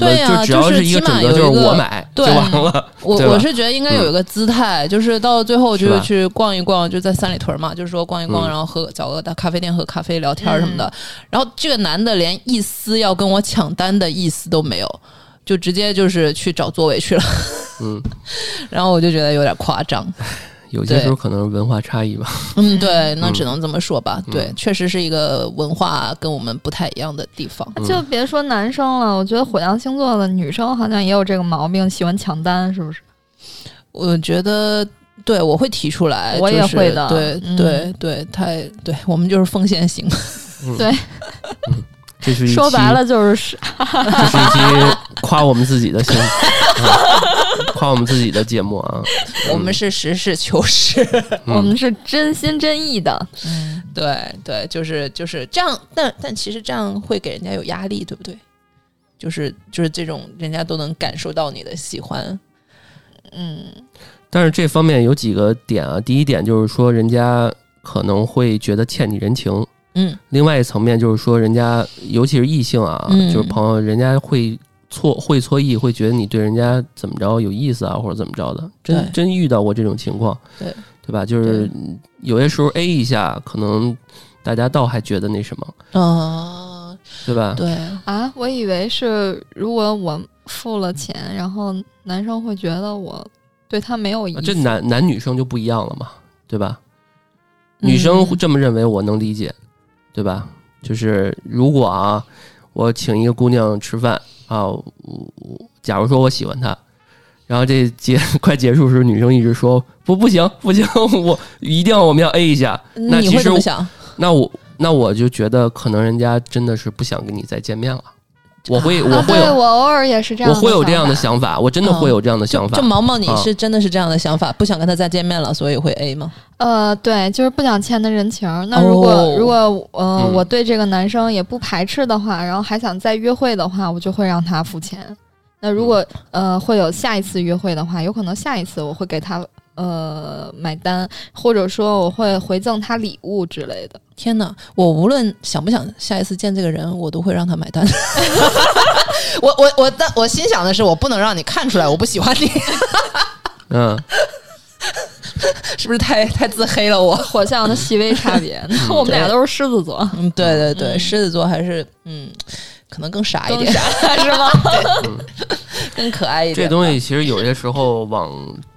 [SPEAKER 2] 对呀
[SPEAKER 3] 就只要
[SPEAKER 2] 就是
[SPEAKER 3] 一个
[SPEAKER 2] 起码
[SPEAKER 3] 准则，
[SPEAKER 2] 有
[SPEAKER 3] 就
[SPEAKER 2] 一
[SPEAKER 3] 是
[SPEAKER 2] 个
[SPEAKER 3] 我买就
[SPEAKER 2] 对
[SPEAKER 3] 完了。
[SPEAKER 2] 我
[SPEAKER 3] 对吧
[SPEAKER 2] 我是觉得应该有一个姿态，就是到最后
[SPEAKER 3] 是
[SPEAKER 2] 就
[SPEAKER 3] 吧
[SPEAKER 2] 去逛一逛，就在三里屯嘛，就是说逛一逛，
[SPEAKER 3] 嗯
[SPEAKER 2] 然后喝找个大咖啡店喝咖啡聊天儿什么的。然后这个男的连一丝要跟我抢单的意思都没有，就直接就是去找座位去了。
[SPEAKER 3] 嗯，
[SPEAKER 2] 然后我就觉得有点夸张。
[SPEAKER 3] 有些时候可能是文化差异吧。
[SPEAKER 2] 嗯，对，那
[SPEAKER 3] 嗯
[SPEAKER 2] 只能这么说吧。对
[SPEAKER 3] 嗯，
[SPEAKER 2] 确实是一个文化跟我们不太一样的地方。
[SPEAKER 3] 嗯
[SPEAKER 4] 就别说男生了，我觉得火象星座的女生好像也有这个毛病，喜欢抢单，是不是？
[SPEAKER 2] 我觉得。对，我会提出来，
[SPEAKER 4] 我也
[SPEAKER 2] 就是
[SPEAKER 4] 会的
[SPEAKER 2] 对、
[SPEAKER 4] 嗯
[SPEAKER 2] 对对，太对，我们就是奉献型。
[SPEAKER 3] 这是一期
[SPEAKER 4] 说白，了就是是
[SPEAKER 3] 这是一期夸我们自己的 幸福、啊夸我们自己的节目啊。
[SPEAKER 2] 我们是实事求是，
[SPEAKER 3] 嗯
[SPEAKER 4] 我们是真心真意的，
[SPEAKER 2] 对对，就是就是这样。但但其实这样会给人家有压力，对不对？就是就是这种，人家都能感受到你的喜欢。
[SPEAKER 4] 嗯，
[SPEAKER 3] 但是这方面有几个点啊，第一点就是说，人家可能会觉得欠你人情。
[SPEAKER 2] 嗯，
[SPEAKER 3] 另外一层面就是说，人家尤其是异性啊，
[SPEAKER 2] 嗯
[SPEAKER 3] 就是朋友，人家会错会错意，会觉得你对人家怎么着有意思啊，或者怎么着的。真
[SPEAKER 2] 对
[SPEAKER 3] 真遇到过这种情况，
[SPEAKER 2] 对
[SPEAKER 3] 对吧？就是有些时候 A 一下，可能大家倒还觉得那什么，
[SPEAKER 2] 嗯，
[SPEAKER 3] 对吧？
[SPEAKER 2] 对，
[SPEAKER 4] 啊，我以为是如果我付了钱，然后男生会觉得我对他没有意
[SPEAKER 3] 啊
[SPEAKER 4] 思。
[SPEAKER 3] 这男男女生就不一样了嘛，对吧？女生会这么认为，我能理解，对吧？就是如果啊，我请一个姑娘吃饭啊，我我假如说我喜欢她，然后这结 快结束时，女生一直说不不行不行， 我一定要我们要 A 一下，那
[SPEAKER 2] 你
[SPEAKER 3] 其
[SPEAKER 2] 会
[SPEAKER 3] 实
[SPEAKER 2] 怎么想？
[SPEAKER 3] 那我那我就觉得可能人家真的是不想跟你再见面了，我会我
[SPEAKER 4] 啊，
[SPEAKER 3] 会
[SPEAKER 4] 对
[SPEAKER 3] 有、
[SPEAKER 4] 我偶尔也是这样
[SPEAKER 3] 我
[SPEAKER 4] 的法，
[SPEAKER 3] 会有这样的想法，我真的会有这样的
[SPEAKER 2] 就
[SPEAKER 3] 想法
[SPEAKER 2] 哦就，毛毛，你
[SPEAKER 3] 啊
[SPEAKER 2] 是真的是这样的想法，不想跟他再见面了，所以会 A 吗？
[SPEAKER 4] 呃，对，就是不想欠他人情儿。那如果、
[SPEAKER 2] 哦
[SPEAKER 4] 如果呃、
[SPEAKER 3] 嗯
[SPEAKER 4] 我对这个男生也不排斥的话，然后还想再约会的话，我就会让他付钱。那如果、
[SPEAKER 3] 嗯
[SPEAKER 4] 呃会有下一次约会的话，有可能下一次我会给他呃买单，或者说我会回赠他礼物之类的。
[SPEAKER 2] 天哪！我无论想不想下一次见这个人，我都会让他买单。 我我我，但我心想的是，我不能让你看出来我不喜欢你，
[SPEAKER 3] 嗯。
[SPEAKER 2] 是不是太太自黑了我？
[SPEAKER 4] 火象的细微差别，那 我们俩都是狮子座，
[SPEAKER 2] 嗯，对对对，狮子座还是嗯，可能更傻一
[SPEAKER 4] 更
[SPEAKER 2] 点，
[SPEAKER 4] 傻 是吗？
[SPEAKER 2] 更可爱一点。
[SPEAKER 3] 这东西其实有些时候往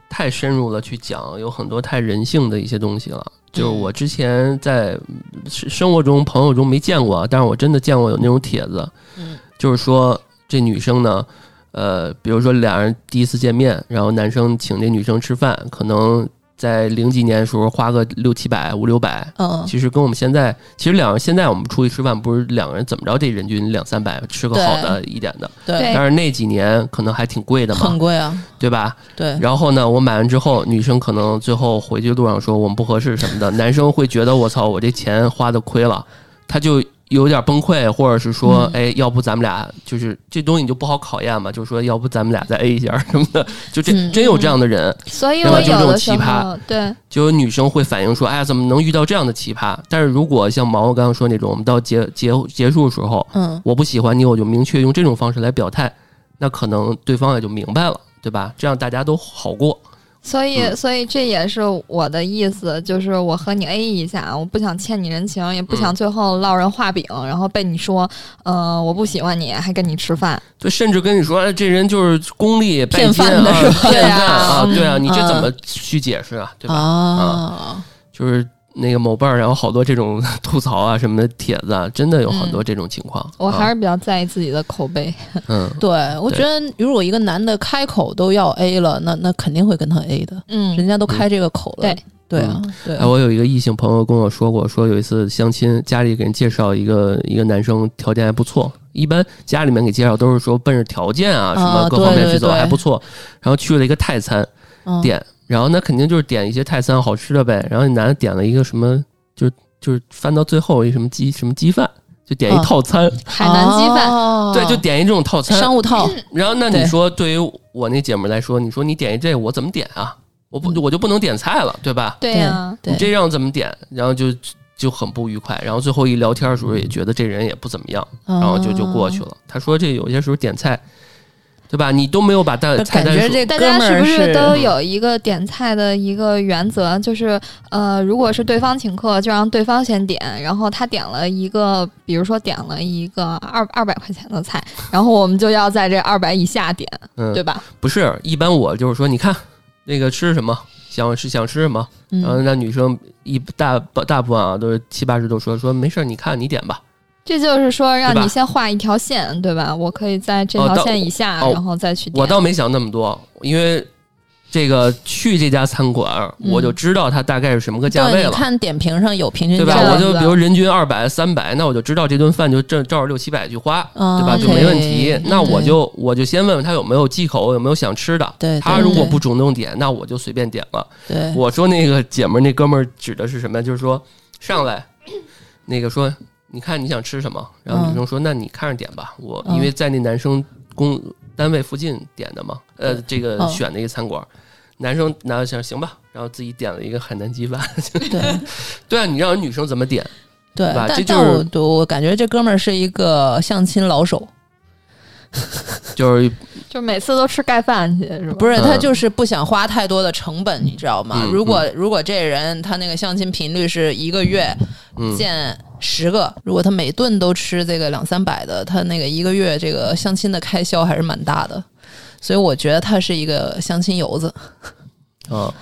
[SPEAKER 3] 太深入了去讲，有很多太人性的一些东西了。
[SPEAKER 2] 嗯
[SPEAKER 3] 就是我之前在生生活中、朋友中没见过啊，但是我真的见过有那种帖子，
[SPEAKER 2] 嗯
[SPEAKER 3] 就是说这女生呢，呃，比如说俩人第一次见面，然后男生请这女生吃饭，可能在零几年的时候花个六七百、五六百，
[SPEAKER 2] 嗯，
[SPEAKER 3] 其实跟我们现在，其实两现在我们出去吃饭，不是两个人怎么着得人均两三百吃个好的一点的，
[SPEAKER 2] 对，
[SPEAKER 4] 对
[SPEAKER 3] 但是那几年可能还挺贵的嘛
[SPEAKER 2] 哎很，贵啊，
[SPEAKER 3] 对吧？
[SPEAKER 2] 对，
[SPEAKER 3] 然后呢，我买完之后，女生可能最后回去路上说我们不合适什么的， 男生会觉得我操，我这钱花的亏了，他就有点崩溃，或者是
[SPEAKER 2] 嗯
[SPEAKER 3] 说，哎，要不咱们俩就是这东西你就不好考验嘛，就说要不咱们俩再 A 一下什么的， 就这、
[SPEAKER 2] 嗯
[SPEAKER 3] 真有这样的人，
[SPEAKER 4] 所以
[SPEAKER 3] 对吧
[SPEAKER 4] 我
[SPEAKER 3] 就这
[SPEAKER 4] 有
[SPEAKER 3] 种
[SPEAKER 4] 的时
[SPEAKER 3] 奇葩
[SPEAKER 4] 候对。
[SPEAKER 3] 就有女生会反映说，哎呀，怎么能遇到这样的奇葩？但是如果像毛毛刚刚说那种，我们到结结结束的时候，
[SPEAKER 2] 嗯，
[SPEAKER 3] 我不喜欢你，我就明确用这种方式来表态，那可能对方也就明白了，对吧？这样大家都好过。
[SPEAKER 4] 所以，
[SPEAKER 3] 嗯
[SPEAKER 4] 所以这也是我的意思，就是我和你 A 一下，我不想欠你人情，也不想最后落人画饼，然后被你说，呃，我不喜欢你，还跟你吃饭。
[SPEAKER 3] 对，甚至跟你说，哎，这人就是功利拜
[SPEAKER 2] 骗
[SPEAKER 3] 金
[SPEAKER 2] 饭的
[SPEAKER 3] 啊
[SPEAKER 2] 是吧
[SPEAKER 3] 骗
[SPEAKER 4] 对
[SPEAKER 3] 饭
[SPEAKER 4] 啊
[SPEAKER 3] 啊， 对啊，
[SPEAKER 2] 嗯
[SPEAKER 3] 你这怎么
[SPEAKER 2] 嗯
[SPEAKER 3] 去解释啊？对吧？
[SPEAKER 2] 啊，
[SPEAKER 3] 就是那个某瓣儿，然后好多这种吐槽啊什么的帖子啊，真的有很多这种情况。
[SPEAKER 4] 我还
[SPEAKER 3] 是
[SPEAKER 4] 是比较在意自己的口碑。
[SPEAKER 3] 嗯，
[SPEAKER 2] 对，我觉得如果一个男的开口都要 A 了，那那肯定会跟他 A 的，人
[SPEAKER 4] 嗯，
[SPEAKER 2] 家都开这个口了，
[SPEAKER 4] 对
[SPEAKER 2] 对啊，对
[SPEAKER 3] 哎，
[SPEAKER 2] 啊，
[SPEAKER 3] 我有一个异性朋友跟我说过，说有一次相亲，家里给人介绍一个一个男生，条件还不错。一般家里面给介绍都是说奔着条件啊什么
[SPEAKER 2] 啊
[SPEAKER 3] 各方面
[SPEAKER 2] 对
[SPEAKER 3] 去走
[SPEAKER 2] 对对
[SPEAKER 3] 还不错，然后去了一个泰餐，
[SPEAKER 2] 嗯
[SPEAKER 3] 点，然后那肯定就是点一些泰餐好吃的呗。然后那男的点了一个什么，就就是翻到最后一什么鸡什么鸡饭，就点一
[SPEAKER 2] 啊
[SPEAKER 3] 套餐，
[SPEAKER 4] 海南鸡饭，嗯
[SPEAKER 2] 哦
[SPEAKER 3] 对，就点一这种套餐。
[SPEAKER 2] 商务套，
[SPEAKER 3] 然后那你
[SPEAKER 2] 对
[SPEAKER 3] 说，对于我那姐们儿来说，你说你点一这我怎么点啊？我不我就不能点菜了，对吧？
[SPEAKER 4] 对啊呀、
[SPEAKER 2] 对
[SPEAKER 3] 你这让怎么点？然后就就很不愉快。然后最后一聊天的时候，也觉得这人也不怎么样，
[SPEAKER 2] 嗯
[SPEAKER 3] 然后就就过
[SPEAKER 2] 哦
[SPEAKER 3] 去了。他说这有些时候点菜，对吧？你都没有把单菜
[SPEAKER 2] 感觉
[SPEAKER 3] 单说
[SPEAKER 2] 这
[SPEAKER 4] 呃大
[SPEAKER 2] 哥
[SPEAKER 4] 家
[SPEAKER 2] 们
[SPEAKER 4] 是
[SPEAKER 2] 儿
[SPEAKER 4] 不是都
[SPEAKER 3] 是
[SPEAKER 4] 有一个点菜的一个原则？就是呃，如果是对方请客，就让对方先点，然后他点了一个，比如说点了一个二二百块钱的菜，然后我们就要在这二百以下点，
[SPEAKER 3] 嗯
[SPEAKER 4] 对吧？
[SPEAKER 3] 不是，一般我就是说，你看那个吃什么，想吃想吃什么，
[SPEAKER 2] 嗯
[SPEAKER 3] 然后那女生一大大部分啊都是七八十都说说没事儿，你看你点吧。
[SPEAKER 4] 这就是说，让
[SPEAKER 3] 对吧
[SPEAKER 4] 你先画一条线，对吧？我可以在这
[SPEAKER 3] 哦
[SPEAKER 4] 条
[SPEAKER 3] 到
[SPEAKER 4] 线以下，
[SPEAKER 3] 哦
[SPEAKER 4] 然后再去点。
[SPEAKER 3] 我倒没想那么多，因为这个去这家餐馆，
[SPEAKER 2] 嗯
[SPEAKER 3] 我就知道它大概是什么个价位
[SPEAKER 2] 对，你
[SPEAKER 3] 了。
[SPEAKER 2] 看点评上有平均
[SPEAKER 3] 对
[SPEAKER 2] 价
[SPEAKER 3] 吧？
[SPEAKER 2] 格
[SPEAKER 3] 我就比如人均二百、三百，那我就知道这顿饭就正照着六七百去花，
[SPEAKER 2] 嗯
[SPEAKER 3] 对吧？就没问题。
[SPEAKER 2] OK，嗯
[SPEAKER 3] 那我就我就先问问他有没有忌口，有没有想吃的。
[SPEAKER 2] 对对
[SPEAKER 3] 他如果
[SPEAKER 2] 对
[SPEAKER 3] 不主动点，那我就随便点了。
[SPEAKER 2] 对
[SPEAKER 3] 我说那个姐们儿那哥们儿指的是什么呀？就是说上来那个说，你看你想吃什么？然后
[SPEAKER 2] 嗯
[SPEAKER 3] 女生说，那你看着点吧。我
[SPEAKER 2] 嗯
[SPEAKER 3] 因为在那男生工单位附近点的嘛，呃，这个
[SPEAKER 2] 嗯
[SPEAKER 3] 选的一个餐馆儿。男生拿着想行吧，然后自己点了一个海南鸡饭。
[SPEAKER 2] 对。
[SPEAKER 3] 对啊，你让人女生怎么点？
[SPEAKER 2] 对，
[SPEAKER 3] 吧
[SPEAKER 2] 但
[SPEAKER 3] 这就
[SPEAKER 2] 但
[SPEAKER 3] 是
[SPEAKER 2] 我我我感觉这哥们儿是一个相亲老手，嗯
[SPEAKER 3] 就是
[SPEAKER 4] 就每次都吃盖饭去是吧？
[SPEAKER 2] 不是，
[SPEAKER 3] 嗯
[SPEAKER 2] 他就是不想花太多的成本，你知道吗？
[SPEAKER 3] 嗯
[SPEAKER 2] 如果如果这人他那个相亲频率是一个月
[SPEAKER 3] 嗯，
[SPEAKER 2] 见十个，如果他每顿都吃这个两三百的，他那个一个月这个相亲的开销还是蛮大的。所以我觉得他是一个相亲游子，
[SPEAKER 3] 啊，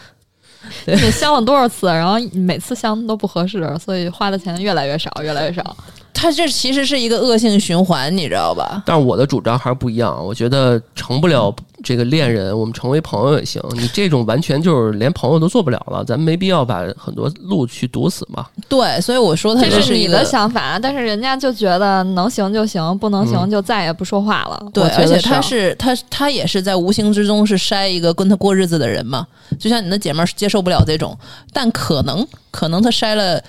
[SPEAKER 4] 你相了多少次，然后每次相都不合适，所以花的钱越来越少，越来越少。
[SPEAKER 2] 他这其实是一个恶性循环，你知道吧？
[SPEAKER 3] 但是我的主张还是不一样，啊我觉得成不了这个恋人，我们成为朋友也行。你这种完全就是连朋友都做不了了，咱没必要把很多路去堵死嘛。
[SPEAKER 2] 对，所以我说他
[SPEAKER 4] 这
[SPEAKER 2] 就是一
[SPEAKER 4] 你
[SPEAKER 2] 个
[SPEAKER 4] 的想法，啊但是人家就觉得能行就行，不能行就再也不说话了。
[SPEAKER 2] 对
[SPEAKER 4] 我，觉
[SPEAKER 2] 而
[SPEAKER 4] 得
[SPEAKER 2] 且他
[SPEAKER 4] 啊
[SPEAKER 2] 是他他也是在无形之中是筛一个跟他过日子的人嘛。就像你的姐妹儿接受不了这种，但可能可能他筛了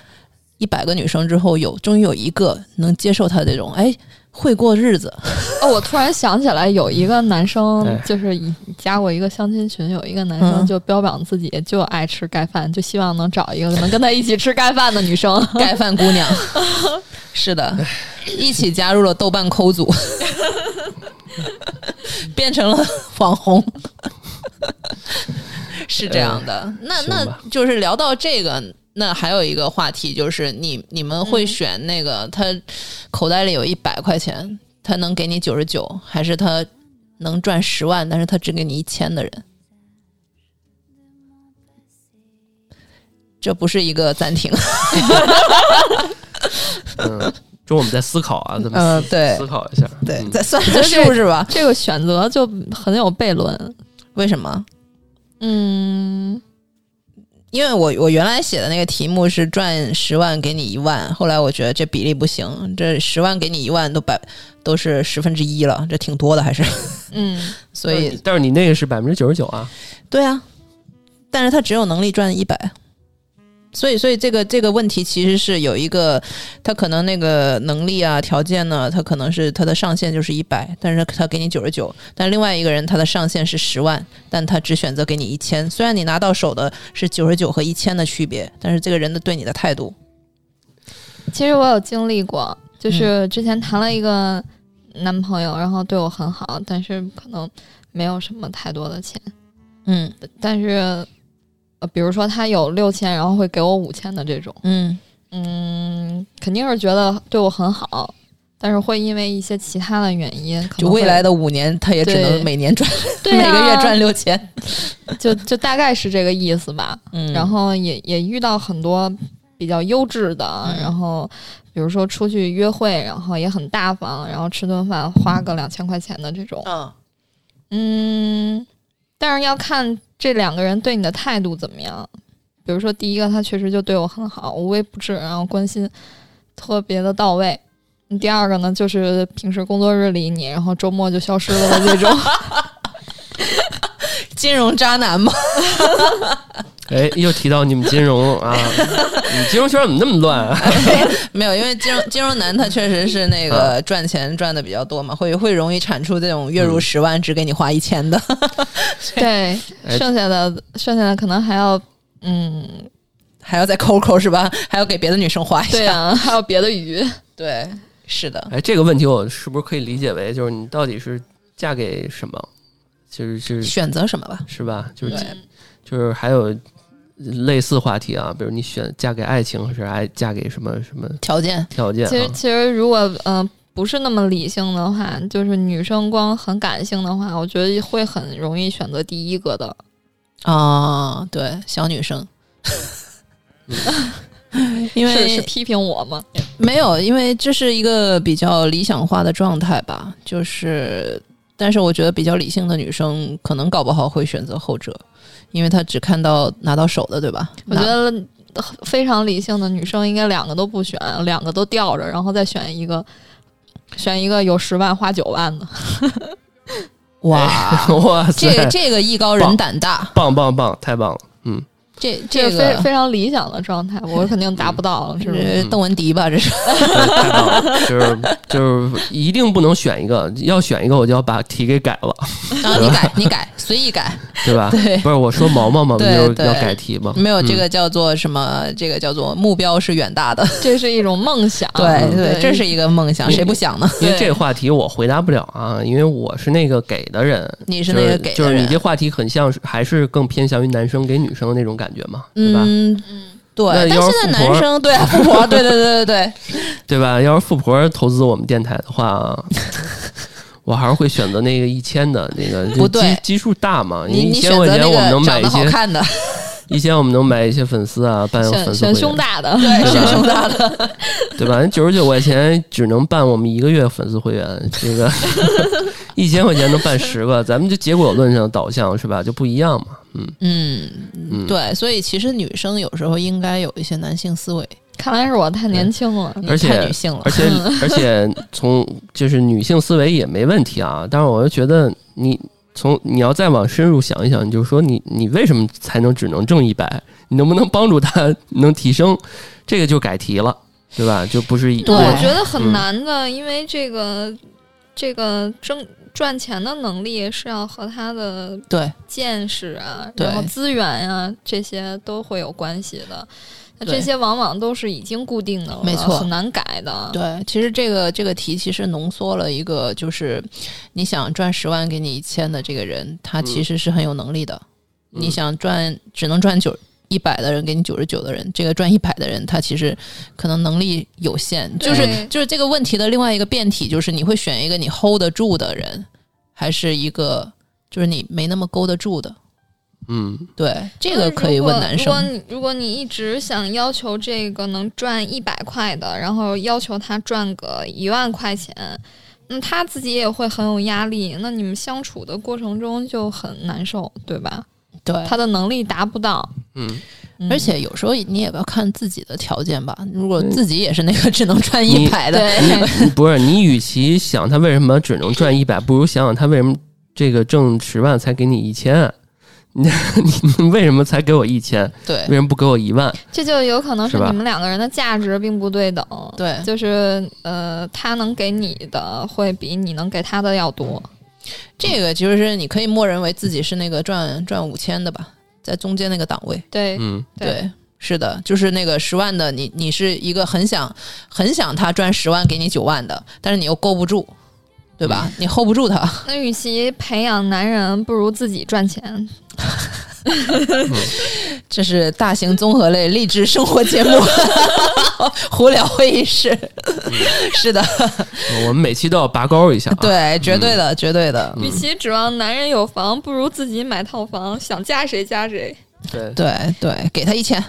[SPEAKER 2] 一百个女生之后有，终于有一个能接受他这种，哎，会过日子。
[SPEAKER 4] 哦，我突然想起来，有一个男生
[SPEAKER 3] 哎
[SPEAKER 4] 就是以加过一个相亲群，有一个男
[SPEAKER 2] 嗯
[SPEAKER 4] 生就标榜自己就爱吃盖饭，就希望能找一个能跟他一起吃盖饭的女生。
[SPEAKER 2] 盖饭姑娘，是的，一起加入了豆瓣抠组， 变成了网红， 是这样的。那
[SPEAKER 3] 行吧
[SPEAKER 2] 那就是聊到这个，那还有一个话题就是你你们会选那个、他口袋里有一百块钱，他能给你九十九，还是他能赚十万，但是他只给你一千的人？这不是一个暂停，
[SPEAKER 3] 嗯，就我们在思考啊，咱们
[SPEAKER 2] 嗯，对
[SPEAKER 3] 思考一下。
[SPEAKER 2] 对，
[SPEAKER 3] 嗯
[SPEAKER 2] 再算
[SPEAKER 4] 就
[SPEAKER 2] 算
[SPEAKER 4] 是
[SPEAKER 2] 是不是吧？
[SPEAKER 4] 这个选择就很有悖论。
[SPEAKER 2] 为什么？
[SPEAKER 4] 嗯，
[SPEAKER 2] 因为我我原来写的那个题目是赚十万给你一万，后来我觉得这比例不行，这十万给你一万都百都是十分之一了，这挺多的还是，
[SPEAKER 4] 嗯，
[SPEAKER 2] 所以
[SPEAKER 3] 但是你那个是百分之九十九啊，
[SPEAKER 2] 对啊，但是他只有能力赚一百，所以所以这个这个问题其实是有一个，他可能那个能力啊条件呢，他可能是他的上限就是一百，但是他给你九十九，但另外一个人他的上限是十万，但他只选择给你一千，虽然你拿到手的是九十九和一千的区别，但是这个人的对你的态度，
[SPEAKER 4] 其实我有经历过，
[SPEAKER 2] 嗯
[SPEAKER 4] 就是之前谈了一个男朋友，然后对我很好，但是可能没有什么太多的钱，
[SPEAKER 2] 嗯
[SPEAKER 4] 但是呃，比如说他有六千，然后会给我五千的这种，
[SPEAKER 2] 嗯
[SPEAKER 4] 嗯，肯定是觉得对我很好，但是会因为一些其他的原因，可
[SPEAKER 2] 就
[SPEAKER 4] 能会
[SPEAKER 2] 未来的五年，他也只
[SPEAKER 4] 对
[SPEAKER 2] 能每年赚、
[SPEAKER 4] 对、
[SPEAKER 2] 每
[SPEAKER 4] 啊、
[SPEAKER 2] 个月赚，六千，
[SPEAKER 4] 就就大概是这个意思吧。
[SPEAKER 2] 嗯
[SPEAKER 4] 然后也也遇到很多比较优质的，
[SPEAKER 2] 嗯
[SPEAKER 4] 然后比如说出去约会，然后也很大方，然后吃顿饭花个两千块钱的这种，
[SPEAKER 2] 嗯
[SPEAKER 4] 嗯，但是要看这两个人对你的态度怎么样。比如说，第一个他确实就对我很好，无微不至，然后关心特别的到位。第二个呢，就是平时工作日理你，然后周末就消失了的这种。
[SPEAKER 2] 金融渣男嘛，
[SPEAKER 3] 哎，又提到你们金融啊，你们金融圈怎么那么乱啊？
[SPEAKER 2] 没有，因为金融金融男他确实是那
[SPEAKER 4] 嗯
[SPEAKER 2] 个赚钱赚的比较多嘛，会会容易产出这种月入十万只给你花一千的，
[SPEAKER 4] 对，
[SPEAKER 3] 哎
[SPEAKER 4] 剩下的剩下的可能还要，嗯，
[SPEAKER 2] 还要再抠抠是吧？ 还要给别的女生花一下，
[SPEAKER 4] 对啊，还有别的鱼。
[SPEAKER 2] 对是的，
[SPEAKER 3] 哎，这个问题我是不是可以理解为就是你到底是嫁给什么？就是
[SPEAKER 4] 嗯
[SPEAKER 3] 就是
[SPEAKER 2] 选择什么吧？
[SPEAKER 3] 是吧？就是
[SPEAKER 2] 对
[SPEAKER 3] 就是还有类似话题啊，比如你选嫁给爱情还是爱嫁给什么什么
[SPEAKER 2] 条件，
[SPEAKER 3] 条件、
[SPEAKER 4] 其实
[SPEAKER 3] 啊？
[SPEAKER 4] 其实如果嗯、呃不是那么理性的话，就是女生光很感性的话，我觉得会很容易选择第一个的。
[SPEAKER 2] 啊、对，小女生， 因为
[SPEAKER 4] 嗯是是批评我吗？
[SPEAKER 2] 没有，因为这是一个比较理想化的状态吧，就是，但是我觉得比较理性的女生可能搞不好会选择后者，因为她只看到拿到手的，对吧？
[SPEAKER 4] 我觉得非常理性的女生应该两个都不选，两个都吊着，然后再选一个，选一个有十万花九 万的。
[SPEAKER 2] 哇，
[SPEAKER 3] 哇塞，
[SPEAKER 2] 这
[SPEAKER 3] 哎
[SPEAKER 2] 个这个艺高人胆大，
[SPEAKER 3] 棒棒棒，太棒了！嗯，
[SPEAKER 2] 这
[SPEAKER 4] 这
[SPEAKER 2] 这
[SPEAKER 4] 是
[SPEAKER 2] 个嗯
[SPEAKER 4] 非非常理想的状态，我肯定达不到了，是不是？
[SPEAKER 2] 是邓文迪吧？这是
[SPEAKER 3] 对太棒了，就是就是一定不能选一个，要选一个我就要把题给改了，
[SPEAKER 2] 然啊后你改，你 改，随意改，
[SPEAKER 3] 对吧？
[SPEAKER 2] 对
[SPEAKER 3] 不是我说毛毛嘛，不
[SPEAKER 2] 对
[SPEAKER 3] 就是
[SPEAKER 2] 对
[SPEAKER 3] 要改题嘛？
[SPEAKER 2] 没有
[SPEAKER 3] 嗯
[SPEAKER 2] 这个叫做什么？这个叫做目标是远大的， 啊
[SPEAKER 4] 这是一种梦想， 嗯
[SPEAKER 2] 对
[SPEAKER 4] 对，
[SPEAKER 2] 这是一个梦想，
[SPEAKER 3] 你
[SPEAKER 2] 谁不想呢？
[SPEAKER 3] 因为
[SPEAKER 4] 对
[SPEAKER 3] 这个话题我回答不了啊，因为我是那个给的人，
[SPEAKER 2] 你是那个给的人
[SPEAKER 3] 就是，就是你这话题很像是还是更偏向于男生给女生的那种感觉嘛，对吧？
[SPEAKER 2] 嗯。对，
[SPEAKER 3] 那
[SPEAKER 2] 但
[SPEAKER 3] 要
[SPEAKER 2] 现在
[SPEAKER 3] 是富婆
[SPEAKER 2] 男生 对啊富婆，对对对对对，
[SPEAKER 3] 对吧？要是富婆投资我们电台的话， 我还是会选择那个一千的那个，就
[SPEAKER 2] 不对
[SPEAKER 3] 基基数大嘛，因为
[SPEAKER 2] 你
[SPEAKER 3] 一
[SPEAKER 2] 你选
[SPEAKER 3] 千块
[SPEAKER 2] 择
[SPEAKER 3] 钱
[SPEAKER 2] 那
[SPEAKER 3] 我们能
[SPEAKER 2] 个长
[SPEAKER 3] 买一
[SPEAKER 2] 得好
[SPEAKER 3] 些，
[SPEAKER 2] 看的，
[SPEAKER 3] 一千我们能买一些粉丝啊，办粉
[SPEAKER 4] 选
[SPEAKER 3] 丝
[SPEAKER 4] 选
[SPEAKER 3] 会
[SPEAKER 4] 胸
[SPEAKER 3] 员，
[SPEAKER 4] 大的，
[SPEAKER 2] 对， 选胸大的，
[SPEAKER 3] 对吧？九十九块钱只能办我们一个月粉丝会员，这个一千块钱能办十个，咱们就结果论上导向是吧？就不一样嘛，嗯。
[SPEAKER 2] 嗯，对，所以其实女生有时候应该有一些男性思维，
[SPEAKER 4] 看来是我太年轻了，
[SPEAKER 2] 你
[SPEAKER 3] 而且
[SPEAKER 2] 太女性了
[SPEAKER 3] 而，且而且从就是女性思维也没问题啊，但是我就觉得你从你要再往深入想一想，你就说你你为什么才能只能挣一百？你能不能帮助他能提升？这个就改题了，对吧？就不是一
[SPEAKER 2] 对
[SPEAKER 4] 我觉
[SPEAKER 3] 我
[SPEAKER 4] 得
[SPEAKER 3] 嗯
[SPEAKER 4] 很难的，因为这个这个挣赚钱的能力是要和他的
[SPEAKER 2] 对，
[SPEAKER 4] 见识啊，
[SPEAKER 2] 对
[SPEAKER 4] 然后资源呀、这些都会有关系的。那
[SPEAKER 2] 对
[SPEAKER 4] 这些往往都是已经固定的了，
[SPEAKER 2] 没错
[SPEAKER 4] 很难改的。啊
[SPEAKER 2] 对，其实这个这个题其实浓缩了一个，就是你想赚十万给你一千的这个人，他其实是很有能力的。
[SPEAKER 3] 嗯
[SPEAKER 2] 你想赚只能赚九一百的人给你九十九的人，这个赚一百的人，他其实可能能力有限。就是
[SPEAKER 4] 对
[SPEAKER 2] 就是这个问题的另外一个辩题，就是你会选一个你 hold 得住的人，还是一个就是你没那么勾得住的？
[SPEAKER 3] 嗯
[SPEAKER 2] 对，这个可以问男
[SPEAKER 4] 如果
[SPEAKER 2] 生。
[SPEAKER 4] 你如果你一直想要求这个能赚一百块的，然后要求他赚个一万块钱，那他自己也会很有压力。那你们相处的过程中就很难受，对吧？
[SPEAKER 2] 对，
[SPEAKER 4] 他的能力达不到，
[SPEAKER 3] 嗯，
[SPEAKER 4] 嗯
[SPEAKER 2] 而且有时候你也要看自己的条件吧。如果自己也是那个只能赚一
[SPEAKER 3] 你
[SPEAKER 2] 百的，
[SPEAKER 4] 对，
[SPEAKER 3] 不是你，与其想他为什么只能赚一百，不如想想他为什么这个挣十万才给你一千。啊 你你为什么才给我一千？
[SPEAKER 2] 对
[SPEAKER 3] 为什么不给我一万？
[SPEAKER 4] 这就有可能是
[SPEAKER 3] 是吧
[SPEAKER 4] 你们两个人的价值并不对等。
[SPEAKER 2] 对
[SPEAKER 4] 就是呃，他能给你的会比你能给他的要多。
[SPEAKER 2] 嗯这个就是你可以默认为自己是那个赚赚五千的吧，在中间那个档位。
[SPEAKER 4] 对，
[SPEAKER 3] 嗯，
[SPEAKER 4] 对
[SPEAKER 2] 是的，就是那个十万的，你你是一个很想很想他赚十万给你九万的，但是你又勾不住，对吧？你 hold 不住他。
[SPEAKER 4] 那与其培养男人，不如自己赚钱。
[SPEAKER 2] 这是大型综合类励志生活 节目，胡聊会议室。嗯是的，
[SPEAKER 3] 我们每期都要拔高一下、啊。
[SPEAKER 2] 对，绝对的，绝对的。
[SPEAKER 4] 与其指望男人有房，不如自己买套房，想嫁谁嫁谁。
[SPEAKER 3] 对，
[SPEAKER 2] 对对，给他一千，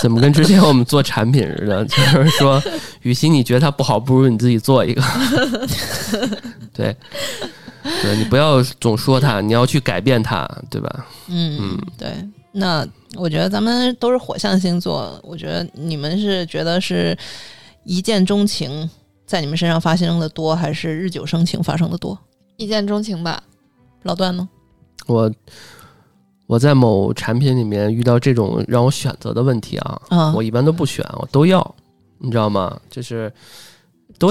[SPEAKER 3] 怎么跟之前我们做产品似的？就是说，与其你觉得它不好，不如你自己做一个。 对，对你不要总说它，你要去改变它，对吧？
[SPEAKER 2] 嗯，对。那我觉得咱们都是火象星座，我觉得你们是觉得是一见钟情在你们身上发生的多，还是日久生情发生的多？
[SPEAKER 4] 一见钟情吧，
[SPEAKER 2] 老段呢？
[SPEAKER 3] 我我在某产品里面遇到这种让我选择的问题啊，
[SPEAKER 2] 啊
[SPEAKER 3] 我一般都不选，我都要，你知道吗？就是 都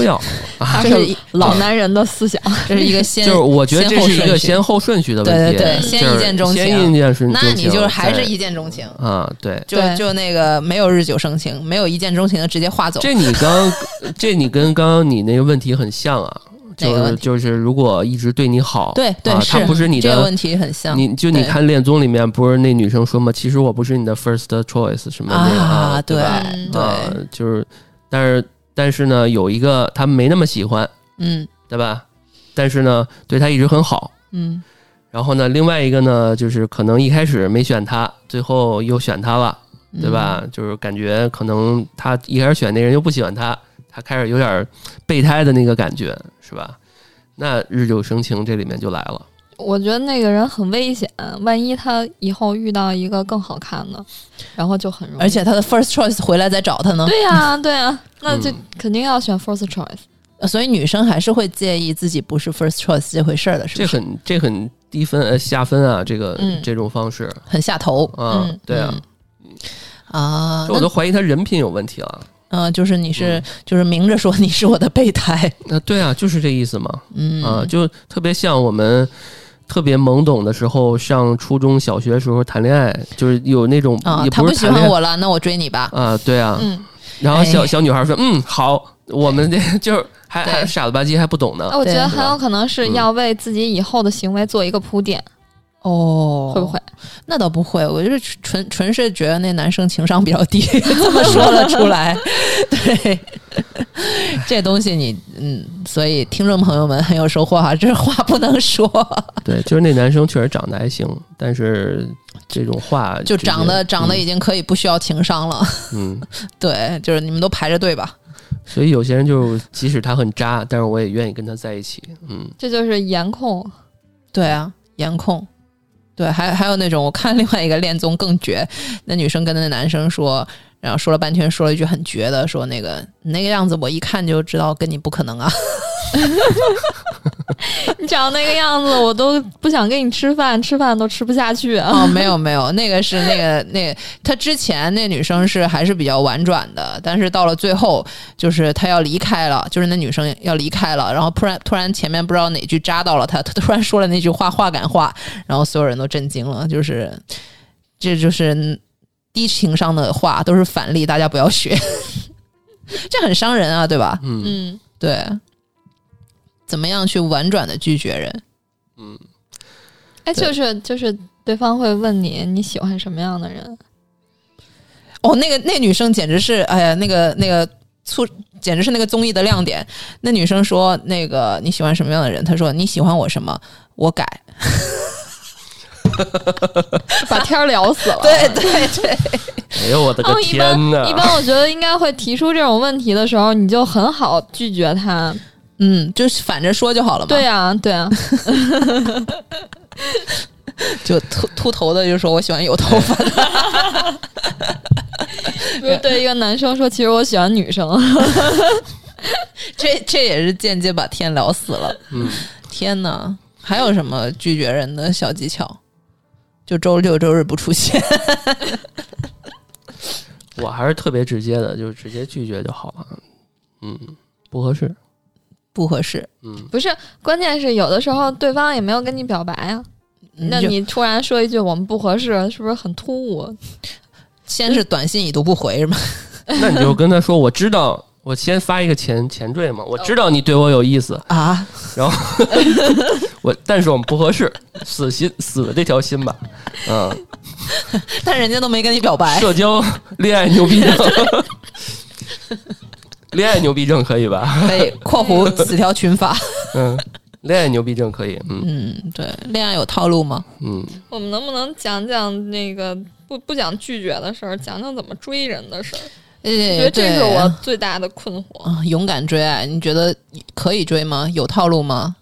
[SPEAKER 3] 要，啊
[SPEAKER 4] 他
[SPEAKER 2] 这是一
[SPEAKER 4] 是老男人的思想。
[SPEAKER 2] 这是一个先，
[SPEAKER 3] 就是我觉得这
[SPEAKER 2] 先后
[SPEAKER 3] 是一个
[SPEAKER 2] 顺序
[SPEAKER 3] 先后顺序的问题，
[SPEAKER 2] 对对对先
[SPEAKER 3] 就是
[SPEAKER 2] 一见钟情
[SPEAKER 3] 先一见顺
[SPEAKER 2] 那你就是还
[SPEAKER 3] 再
[SPEAKER 2] 是一见钟情，
[SPEAKER 3] 啊，对，
[SPEAKER 2] 就
[SPEAKER 4] 对
[SPEAKER 2] 就那个没有日久生情，没有一见钟情的直接划走。
[SPEAKER 3] 这你刚， 这你跟刚刚你那个问题很像啊，
[SPEAKER 2] 哪
[SPEAKER 3] 就
[SPEAKER 2] 个
[SPEAKER 3] 是
[SPEAKER 2] 问题
[SPEAKER 3] 就是，如果一直对你好，
[SPEAKER 2] 对对、
[SPEAKER 3] 啊，
[SPEAKER 2] 是，
[SPEAKER 3] 他不是你
[SPEAKER 2] 这个
[SPEAKER 3] 的，
[SPEAKER 2] 问题很像
[SPEAKER 3] 你就你
[SPEAKER 2] 对
[SPEAKER 3] 看《恋综》里面不是那女生说吗？其实我不是你的 first choice 什么那个
[SPEAKER 2] 啊，
[SPEAKER 3] 对吧？
[SPEAKER 4] 嗯
[SPEAKER 2] 对，
[SPEAKER 3] 啊，就是，但是但是呢，有一个他没那么喜欢，
[SPEAKER 2] 嗯
[SPEAKER 3] 对吧？但是呢，对他一直很好。
[SPEAKER 2] 嗯
[SPEAKER 3] 然后呢，另外一个呢，就是可能一开始没选他，最后又选他了。
[SPEAKER 2] 嗯，
[SPEAKER 3] 对吧？就是感觉可能他一开始选那人又不喜欢他，他开始有点备胎的那个感觉，是吧？那日久生情这里面就来了，
[SPEAKER 4] 我觉得那个人很危险，万一他以后遇到一个更好看的，然后就很容
[SPEAKER 2] 嗯
[SPEAKER 4] 易。
[SPEAKER 2] 而且他的 first choice 回来再找他呢，
[SPEAKER 4] 对呀、对呀、那就
[SPEAKER 3] 嗯
[SPEAKER 4] 肯定要选 first choice。
[SPEAKER 2] 所以女生还是会介意自己不是 first choice 这回事儿的，是不
[SPEAKER 3] 这
[SPEAKER 2] 是？
[SPEAKER 3] 很这很低分呃下分啊，这个、
[SPEAKER 4] 嗯
[SPEAKER 3] 这种方式
[SPEAKER 2] 很下头
[SPEAKER 3] 啊，
[SPEAKER 4] 嗯
[SPEAKER 3] 对啊，
[SPEAKER 2] 啊。
[SPEAKER 3] 这我都怀疑他人品有问题了。
[SPEAKER 2] 嗯、呃就是你是、就是明着说你是我的备胎，
[SPEAKER 3] 那对啊，就是这意思嘛，
[SPEAKER 2] 嗯
[SPEAKER 3] 啊，就特别像我们。特别懵懂的时候，上初中小学时候谈恋爱，就是有那种、
[SPEAKER 2] 啊
[SPEAKER 3] 也，
[SPEAKER 2] 他
[SPEAKER 3] 不是
[SPEAKER 2] 喜
[SPEAKER 3] 谈恋
[SPEAKER 2] 欢
[SPEAKER 3] 爱
[SPEAKER 2] 我了，那我追你吧。
[SPEAKER 3] 啊，对啊，
[SPEAKER 4] 嗯，
[SPEAKER 3] 然后小
[SPEAKER 2] 哎
[SPEAKER 3] 小女孩说：“嗯，好，我们这就是还
[SPEAKER 2] 对哦
[SPEAKER 3] 还傻了吧唧，还不懂
[SPEAKER 4] 那
[SPEAKER 3] 呢。
[SPEAKER 4] 我觉得
[SPEAKER 2] 对嗯
[SPEAKER 4] 很有可能是要为自己以后的行为做一个铺垫，
[SPEAKER 2] 哦，
[SPEAKER 4] 会不会？
[SPEAKER 2] 那倒不会，我就是纯纯是觉得那男生情商比较低， 这么说了出来。对，这东西你嗯，所以听众朋友们很有收获啊哈，这话不能说，”
[SPEAKER 3] 对，就是那男生确实长得还行，但是这种话
[SPEAKER 2] 就
[SPEAKER 3] 直接
[SPEAKER 2] 长得长得已经可以不需要情商了。
[SPEAKER 3] 嗯，嗯
[SPEAKER 2] 对，就是你们都排着队吧。
[SPEAKER 3] 所以有些人就即使他很渣，但是我也愿意跟他在一起。嗯，
[SPEAKER 4] 这就是颜控，
[SPEAKER 2] 对啊，颜控。对，还还有那种，我看另外一个恋综更绝，那女生跟那男生说，然后说了半天，说了一句很绝的，说那个你那个样子，我一看就知道跟你不可能啊。
[SPEAKER 4] 你长那个样子，我都不想跟你吃饭，吃饭都吃不下去啊。
[SPEAKER 2] 哦，没有没有，那个是那个那个，她之前那女生是还是比较婉转的，但是到了最后，就是她要离开了，就是那女生要离开了，然后突然突然前面不知道哪句扎到了她，她突然说了那句话话赶话，然后所有人都震惊了，就是这就是低情商的话都是反例，大家不要学， 这很伤人啊，对吧？
[SPEAKER 4] 嗯，
[SPEAKER 2] 对，怎么样去婉转的拒绝人？
[SPEAKER 4] 哎，
[SPEAKER 2] 对
[SPEAKER 4] 就是就是，对方会问你你喜欢什么样的人，
[SPEAKER 2] 哦，那个那女生简直是，哎呀，那个那个促，简直是那个综艺的亮点。那女生说，那个你喜欢什么样的人？她说你喜欢我什么？我改。
[SPEAKER 4] 把天儿聊 死了。
[SPEAKER 2] 对对对，
[SPEAKER 3] 哎呦我的
[SPEAKER 4] 哦，
[SPEAKER 3] 个
[SPEAKER 4] 一般
[SPEAKER 3] 天呐！
[SPEAKER 4] 一般，我觉得应该会提出这种问题的时候，你就很好拒绝他。
[SPEAKER 2] 嗯，就是反着说就好了嘛。
[SPEAKER 4] 对，呀、对啊 呀、
[SPEAKER 2] 就秃秃头的就说我喜欢有头发的。
[SPEAKER 4] 比如对一个男生说，其实我喜欢女生，
[SPEAKER 2] 这这也是间接把天聊死了。
[SPEAKER 3] 嗯，
[SPEAKER 2] 天哪，还有什么拒绝人的小技巧？就周六周日不出现。
[SPEAKER 3] 我还是特别直接的，就是直接拒绝就好了。嗯，不合适。
[SPEAKER 2] 不合适，
[SPEAKER 3] 嗯，
[SPEAKER 4] 不是，关键是有的时候对方也没有跟你表白啊。
[SPEAKER 3] 嗯
[SPEAKER 4] 那
[SPEAKER 2] 嗯就
[SPEAKER 4] 你突然说一句我们不合适，是不是很突兀？
[SPEAKER 2] 先是短信已读不回是吗？
[SPEAKER 3] 那你就跟他说，我知道，我先发一个前前缀嘛，我知道你对我有意思，
[SPEAKER 4] 嗯
[SPEAKER 2] 啊，
[SPEAKER 3] 我但是我们不合适，死心死了这条心吧。嗯。
[SPEAKER 2] 但人家都没跟你表白，
[SPEAKER 3] 社交恋爱牛逼症，恋爱牛逼症可以吧？
[SPEAKER 2] 可以（括弧此条群 发）。
[SPEAKER 3] 嗯，恋爱牛逼症可以。嗯
[SPEAKER 2] 嗯，对，恋爱有套路吗？
[SPEAKER 3] 嗯，
[SPEAKER 4] 我们能不能讲讲那个不不讲拒绝的事儿，讲讲怎么追人的事儿？
[SPEAKER 2] 呃，
[SPEAKER 4] 我觉得这是我最大的困惑。
[SPEAKER 2] 啊、勇敢追爱，你觉得可以追吗？有套路吗？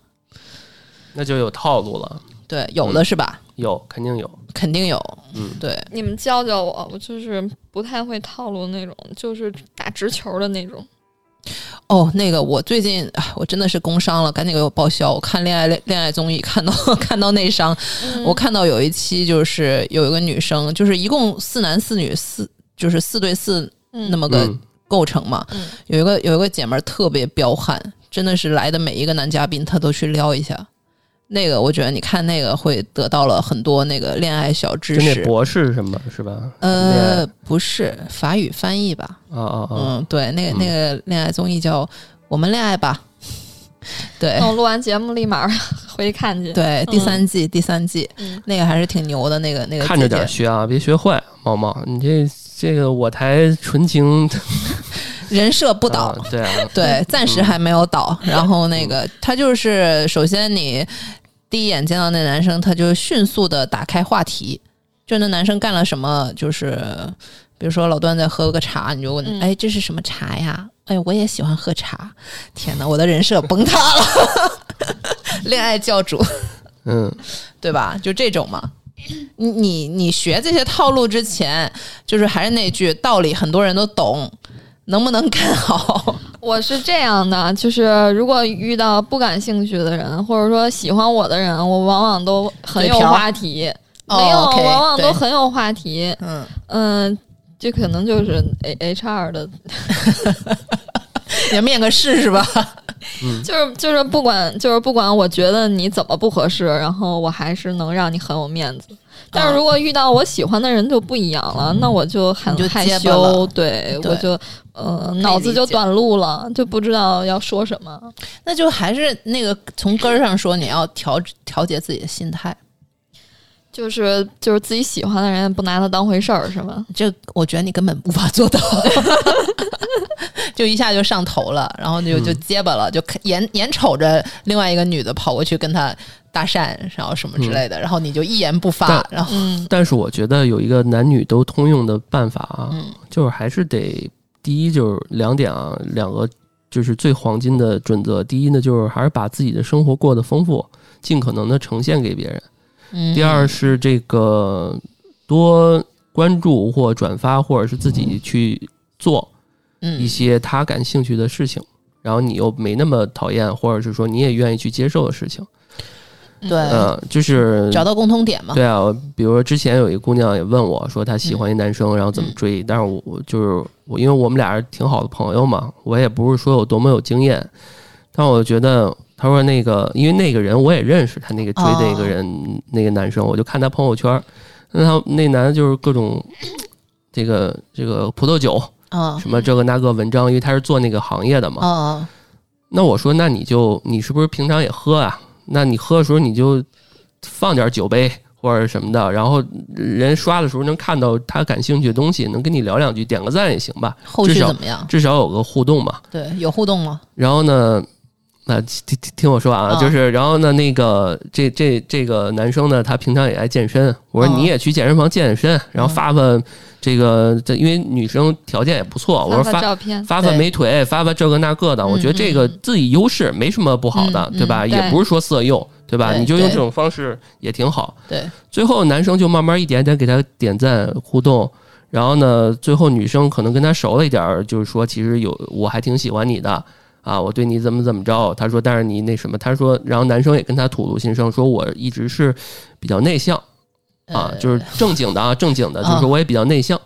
[SPEAKER 3] 那就有套路了，
[SPEAKER 2] 对，有的是吧？
[SPEAKER 3] 有肯定有。
[SPEAKER 2] 肯定有。
[SPEAKER 3] 嗯，
[SPEAKER 2] 对，
[SPEAKER 4] 你们教教我，我就是不太会套路那种，就是打直球的那种。
[SPEAKER 2] 哦，那个我最近哎我真的是工伤了，赶紧给我报销。我看恋爱恋爱综艺，看到 看到内伤，
[SPEAKER 4] 嗯
[SPEAKER 2] 我看到有一期就是有一个女生，就是一共四男四女四，就是四对四
[SPEAKER 4] 嗯
[SPEAKER 2] 那么个
[SPEAKER 3] 嗯，
[SPEAKER 2] 构成嘛。
[SPEAKER 4] 嗯
[SPEAKER 2] 有一个有一个姐们儿特别彪悍，真的是来的每一个男嘉宾她都去撩一下。那个我觉得你看那个会得到了很多那个恋爱小知
[SPEAKER 3] 就那
[SPEAKER 2] 识。
[SPEAKER 3] 博士什么是吧？
[SPEAKER 2] 呃
[SPEAKER 3] 恋，
[SPEAKER 2] 不是法语翻译吧？
[SPEAKER 3] 爱啊啊啊！
[SPEAKER 2] 嗯，对，那个那个恋爱综艺叫《我们恋爱吧》， 对
[SPEAKER 4] 那我录完节目立马回去看去。
[SPEAKER 2] 对，第三季第三季
[SPEAKER 4] 嗯，
[SPEAKER 2] 那个还是挺牛的，那个那个
[SPEAKER 3] 看着
[SPEAKER 2] 姐姐
[SPEAKER 3] 点学啊，别学坏，毛毛，你这这个我台纯情
[SPEAKER 2] 人设不倒
[SPEAKER 3] 啊，对啊，
[SPEAKER 2] 对，暂时还没有倒。然后那个他就是，首先你第一眼见到那男生，他就迅速的打开话题，就那男生干了什么，就是比如说老段在喝个茶，你就问，
[SPEAKER 4] 嗯
[SPEAKER 2] 哎，这是什么茶呀？哎，我也喜欢喝茶。天哪，我的人设崩塌了，恋爱教主，
[SPEAKER 3] 嗯，
[SPEAKER 2] 对吧？就这种嘛。你你你学这些套路之前，就是还是那句道理，很多人都懂，能不能干好？
[SPEAKER 4] 我是这样的，就是如果遇到不感兴趣的人，或者说喜欢我的人，我往往都很有
[SPEAKER 2] 嘴瓢
[SPEAKER 4] 话题，
[SPEAKER 2] 哦
[SPEAKER 4] 没有，
[SPEAKER 2] OK，
[SPEAKER 4] 往往
[SPEAKER 2] 对
[SPEAKER 4] 都很有话题。
[SPEAKER 2] 嗯，
[SPEAKER 4] 嗯，这可能就是 A H R 的，
[SPEAKER 2] 你面个试是 吧？
[SPEAKER 4] 就是就是不管就是不管，我觉得你怎么不合适，然后我还是能让你很有面子。但是如果遇到我喜欢的人就不一样了，那我嗯就很
[SPEAKER 2] 你就
[SPEAKER 4] 害
[SPEAKER 2] 结巴
[SPEAKER 4] 羞
[SPEAKER 2] 了，
[SPEAKER 4] 对
[SPEAKER 2] 对
[SPEAKER 4] 我就呃脑子就短路了，就不知道要说什么。
[SPEAKER 2] 那就还是那个从根儿上说，你要调调节自己的心态。
[SPEAKER 4] 就是就是自己喜欢的人也不拿他当回事儿，是吗？
[SPEAKER 2] 这我觉得你根本无法做到， 就一下就上头了，然后就
[SPEAKER 3] 嗯
[SPEAKER 2] 就结巴了，就看眼眼瞅着另外一个女的跑过去跟他搭讪，然后什
[SPEAKER 3] 嗯
[SPEAKER 2] 么之类的，然后你就一言不发
[SPEAKER 3] 但，
[SPEAKER 2] 然后
[SPEAKER 4] 嗯，
[SPEAKER 3] 但是我觉得有一个男女都通用的办法啊，就是还是得第一就是两点啊，两个就是最黄金的准则。第一呢，就是还是把自己的生活过得丰富，尽可能的呈现给别人。
[SPEAKER 2] 嗯
[SPEAKER 3] 第二是这个多关注或转发，或者是自己去做一
[SPEAKER 2] 嗯，
[SPEAKER 3] 些他感兴趣的事情，然后你又没那么讨厌，或者是说你也愿意去接受的事情。
[SPEAKER 2] 对，
[SPEAKER 3] 呃，就是
[SPEAKER 2] 找到共通点嘛，
[SPEAKER 3] 对啊，我比如说之前有一姑娘也问我说她喜欢一男生，然后怎么追？但是我我就是我，因为我们俩是挺好的朋友嘛，我也不是说有多么有经验，但我觉得她说那个，因为那个人我也认识，她那个追
[SPEAKER 2] 哦
[SPEAKER 3] 那个人、那个男生，我就看他朋友圈，那他那男的就是各种这个这个葡萄酒
[SPEAKER 2] 啊
[SPEAKER 3] 什么这个那个文章，因为他是做那个行业的嘛，
[SPEAKER 2] 啊，
[SPEAKER 3] 那我说，那你就你是不是平常也喝啊？那你喝的时候你就放点酒呗，或者什么的，然后人刷的时候能看到他感兴趣的东西，能跟你聊两句，点个赞也行吧，
[SPEAKER 2] 后续
[SPEAKER 3] 至少
[SPEAKER 2] 怎么样？
[SPEAKER 3] 至少有个互动嘛。
[SPEAKER 2] 对，有互动吗？
[SPEAKER 3] 然后呢，那听听听我说啊，
[SPEAKER 4] 嗯
[SPEAKER 2] 啊
[SPEAKER 3] 就是然后呢，那个这这这个男生呢，他平常也爱健身，我
[SPEAKER 4] 嗯
[SPEAKER 3] 说
[SPEAKER 2] 啊
[SPEAKER 3] 你也去健身房健健身，然后发发这个，这因为女生条件也不错，我说
[SPEAKER 4] 发
[SPEAKER 3] 发
[SPEAKER 4] 发照片，
[SPEAKER 3] 发发
[SPEAKER 2] 对
[SPEAKER 3] 美腿，发发这个那个的，我觉得这个自己优势没什么不好的，
[SPEAKER 2] 嗯
[SPEAKER 3] 对吧？
[SPEAKER 4] 嗯
[SPEAKER 3] 也
[SPEAKER 4] 对
[SPEAKER 3] 不是说色诱，对吧？
[SPEAKER 2] 对
[SPEAKER 3] 你就用
[SPEAKER 2] 对
[SPEAKER 3] 这种方式也挺好。
[SPEAKER 2] 对，
[SPEAKER 3] 最后男生就慢慢一点点给他点赞互动，然后呢，最后女生可能跟他熟了一点儿，就是说其实有我还挺喜欢你的啊，我对你怎么怎么着。他说，但是你那什么，他说，然后男生也跟他吐露心声，说我一直是比较内向啊
[SPEAKER 2] 呃，
[SPEAKER 3] 就是正经的啊，正经的，就
[SPEAKER 2] 啊
[SPEAKER 3] 是说我也比较内向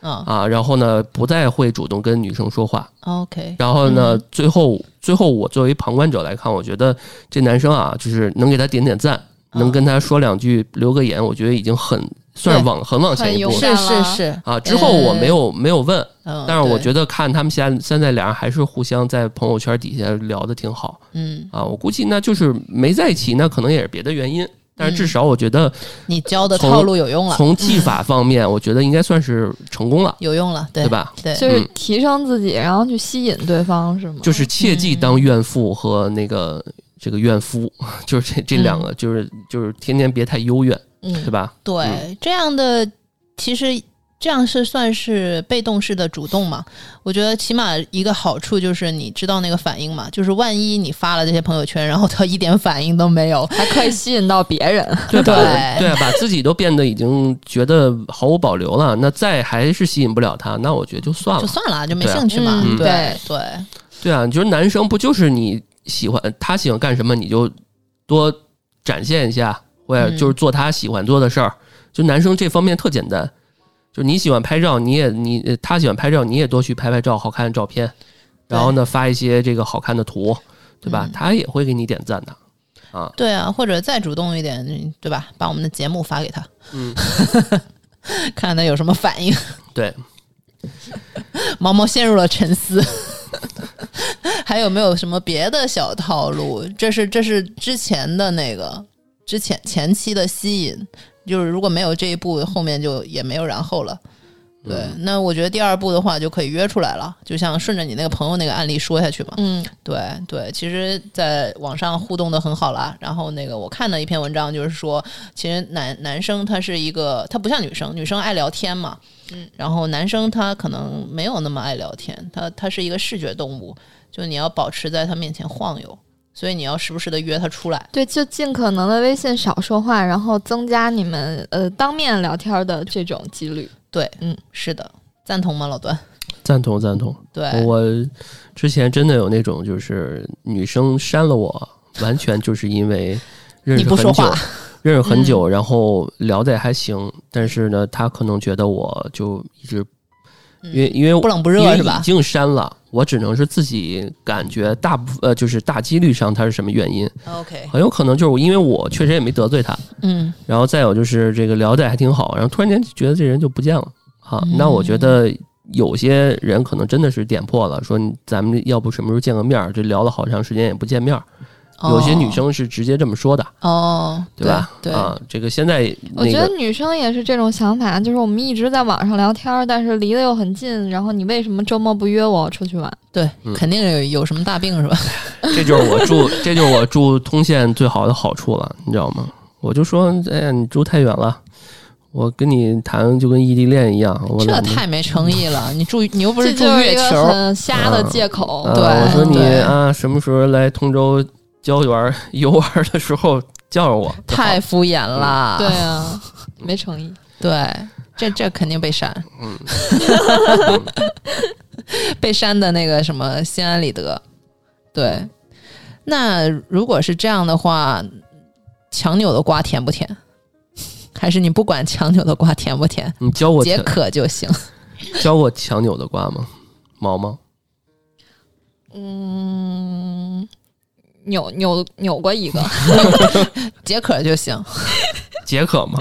[SPEAKER 2] 啊
[SPEAKER 3] 啊，然后呢，不太会主动跟女生说话。
[SPEAKER 2] ，OK，
[SPEAKER 3] 然后
[SPEAKER 2] 嗯
[SPEAKER 3] 呢，最后最后我作为旁观者来看，我觉得这男生啊，就是能给他点点赞，
[SPEAKER 2] 嗯
[SPEAKER 3] 能跟他说两句，留个言，我觉得已经很算是
[SPEAKER 2] 对
[SPEAKER 3] 往很往前一
[SPEAKER 4] 很有
[SPEAKER 3] 步了
[SPEAKER 2] 是
[SPEAKER 4] 干
[SPEAKER 2] 是
[SPEAKER 4] 了
[SPEAKER 2] 是，
[SPEAKER 3] 啊。之后我没有没有问，
[SPEAKER 2] 嗯，
[SPEAKER 3] 但是我觉
[SPEAKER 2] 得，
[SPEAKER 3] 得看他们现在现在俩人还是互相在朋友圈底下聊的挺好
[SPEAKER 2] 嗯，
[SPEAKER 3] 啊。我估计那就是没在一起，那可能也是别的原因。
[SPEAKER 2] 嗯
[SPEAKER 3] 但是至少我觉得
[SPEAKER 2] 你教的
[SPEAKER 3] 从
[SPEAKER 2] 套路有用了，嗯
[SPEAKER 3] 从技法方面，我觉得应该算是成功了，
[SPEAKER 2] 有用了，对
[SPEAKER 3] 对？吧？
[SPEAKER 2] 对，
[SPEAKER 4] 就是
[SPEAKER 3] 嗯
[SPEAKER 4] 提升自己，然后去吸引对方，是吗？
[SPEAKER 3] 就是切忌当怨妇和那个这个怨夫， 就是这这两个，就是就是天天别太幽怨，对
[SPEAKER 4] 嗯，
[SPEAKER 3] 吧？
[SPEAKER 2] 对，这样的其实这样是算是被动式的主动嘛？我觉得起码一个好处就是你知道那个反应嘛，就是万一你发了这些朋友圈，然后他一点反应都没有，
[SPEAKER 4] 还可以吸引到别人。
[SPEAKER 3] 对吧？
[SPEAKER 2] 对
[SPEAKER 3] 对啊，把自己都变得已经觉得毫无保留了，那再还是吸引不了他，那我觉得就算
[SPEAKER 2] 就
[SPEAKER 3] 了。
[SPEAKER 2] 算了，就没
[SPEAKER 3] 对啊
[SPEAKER 2] 兴趣嘛。
[SPEAKER 4] 嗯
[SPEAKER 2] 对对
[SPEAKER 3] 对啊，就是男生不就是你喜欢他喜欢干什么，你就多展现一下，或者
[SPEAKER 2] 嗯
[SPEAKER 3] 就是做他喜欢做的事儿。就男生这方面特简单，就是你喜欢拍照，你也你呃他喜欢拍照，你也多去拍拍照，好看的照片，然后呢发一些这个好看的图，对
[SPEAKER 2] 嗯
[SPEAKER 3] 吧？他也会给你点赞的。
[SPEAKER 2] 对啊，或者再主动一点，对吧？把我们的节目发给他，
[SPEAKER 3] 嗯，
[SPEAKER 2] 看他有什么反应。
[SPEAKER 3] 对，
[SPEAKER 2] 毛毛陷入了沉思。 还有没有什么别的小套路？这是这是之前的那个之前前期的吸引，就是如果没有这一步，后面就也没有然后了。对，那我觉得第二步的话就可以约出来了，就像顺着你那个朋友那个案例说下去嘛。
[SPEAKER 4] 嗯，
[SPEAKER 2] 对对，其实在网上互动的很好啦。然后那个我看了一篇文章，就是说，其实男男生他是一个，他不像女生，女生爱聊天嘛，嗯，然后男生他可能没有那么爱聊天，他他是一个视觉动物，就你要保持在他面前晃悠，所以你要时不时的约他出来。
[SPEAKER 4] 对，就尽可能的微信少说话，然后增加你们呃当面聊天的这种几率。
[SPEAKER 2] 对，
[SPEAKER 4] 嗯，
[SPEAKER 2] 是的，赞同吗，老段？
[SPEAKER 3] 赞同赞同。
[SPEAKER 2] 对，
[SPEAKER 3] 我之前真的有那种，就是女生删了我，完全就是因为认
[SPEAKER 2] 你
[SPEAKER 3] 识
[SPEAKER 2] 不
[SPEAKER 3] 很
[SPEAKER 2] 说
[SPEAKER 3] 久
[SPEAKER 2] 话，
[SPEAKER 3] 认识很
[SPEAKER 2] 嗯
[SPEAKER 3] 久，然后聊的也还行，但是呢，她可能觉得我就一直，因为因为
[SPEAKER 2] 嗯不冷不
[SPEAKER 3] 因
[SPEAKER 2] 热
[SPEAKER 3] 为
[SPEAKER 2] 是
[SPEAKER 3] 已
[SPEAKER 2] 吧？
[SPEAKER 3] 经删了，我只能是自己感觉大部呃，就是大几率上她是什么原因，
[SPEAKER 2] OK，
[SPEAKER 3] 很有可能就是我因为我确实也没得罪她，
[SPEAKER 4] 嗯，
[SPEAKER 3] 然后再有就是这个聊的还挺好，然后突然间就觉得这人就不见了啊。
[SPEAKER 4] 嗯
[SPEAKER 3] 那我觉得有些人可能真的是点破了，说你咱们要不什么时候见个面儿？这聊了好长时间也不见面儿。有些女生是直接这么说的，
[SPEAKER 2] 哦，
[SPEAKER 3] 对吧？
[SPEAKER 2] 对，
[SPEAKER 3] 啊，这个现在
[SPEAKER 4] 我
[SPEAKER 3] 那
[SPEAKER 4] 觉得
[SPEAKER 3] 个
[SPEAKER 4] 女生也是这种想法，就是我们一直在网上聊天儿，但是离得又很近，然后你为什么周末不约我出去玩？
[SPEAKER 2] 对，
[SPEAKER 3] 嗯
[SPEAKER 2] 肯定有有什么大病是吧？
[SPEAKER 3] 这就是我住，这就是我住通县最好的好处了，你知道吗？我就说，哎呀，你住太远了，我跟你谈就跟异地恋一样，我
[SPEAKER 2] 这
[SPEAKER 3] 懒得
[SPEAKER 2] 太没诚意了！你住你又不
[SPEAKER 4] 这
[SPEAKER 2] 是住
[SPEAKER 4] 就是
[SPEAKER 2] 月
[SPEAKER 4] 一个
[SPEAKER 2] 球，
[SPEAKER 4] 很瞎的借口。
[SPEAKER 3] 啊，
[SPEAKER 2] 对
[SPEAKER 3] 我说你
[SPEAKER 2] 对
[SPEAKER 3] 啊，什么时候来通州郊园儿游玩儿的时候叫上我。
[SPEAKER 2] 太敷衍了。
[SPEAKER 4] 对啊，没诚意。
[SPEAKER 2] 对，这这肯定被删。
[SPEAKER 4] 嗯
[SPEAKER 2] 被删的那个什么心安理得。对，那如果是这样的话，强扭的瓜甜不甜？还是你不管强扭的瓜甜不甜，
[SPEAKER 3] 你教我
[SPEAKER 2] 解
[SPEAKER 3] 强
[SPEAKER 2] 渴就行。
[SPEAKER 3] 教我强扭的瓜吗？毛毛
[SPEAKER 4] 嗯，扭扭扭过一个，
[SPEAKER 2] 解渴就行。
[SPEAKER 3] 解渴 吗？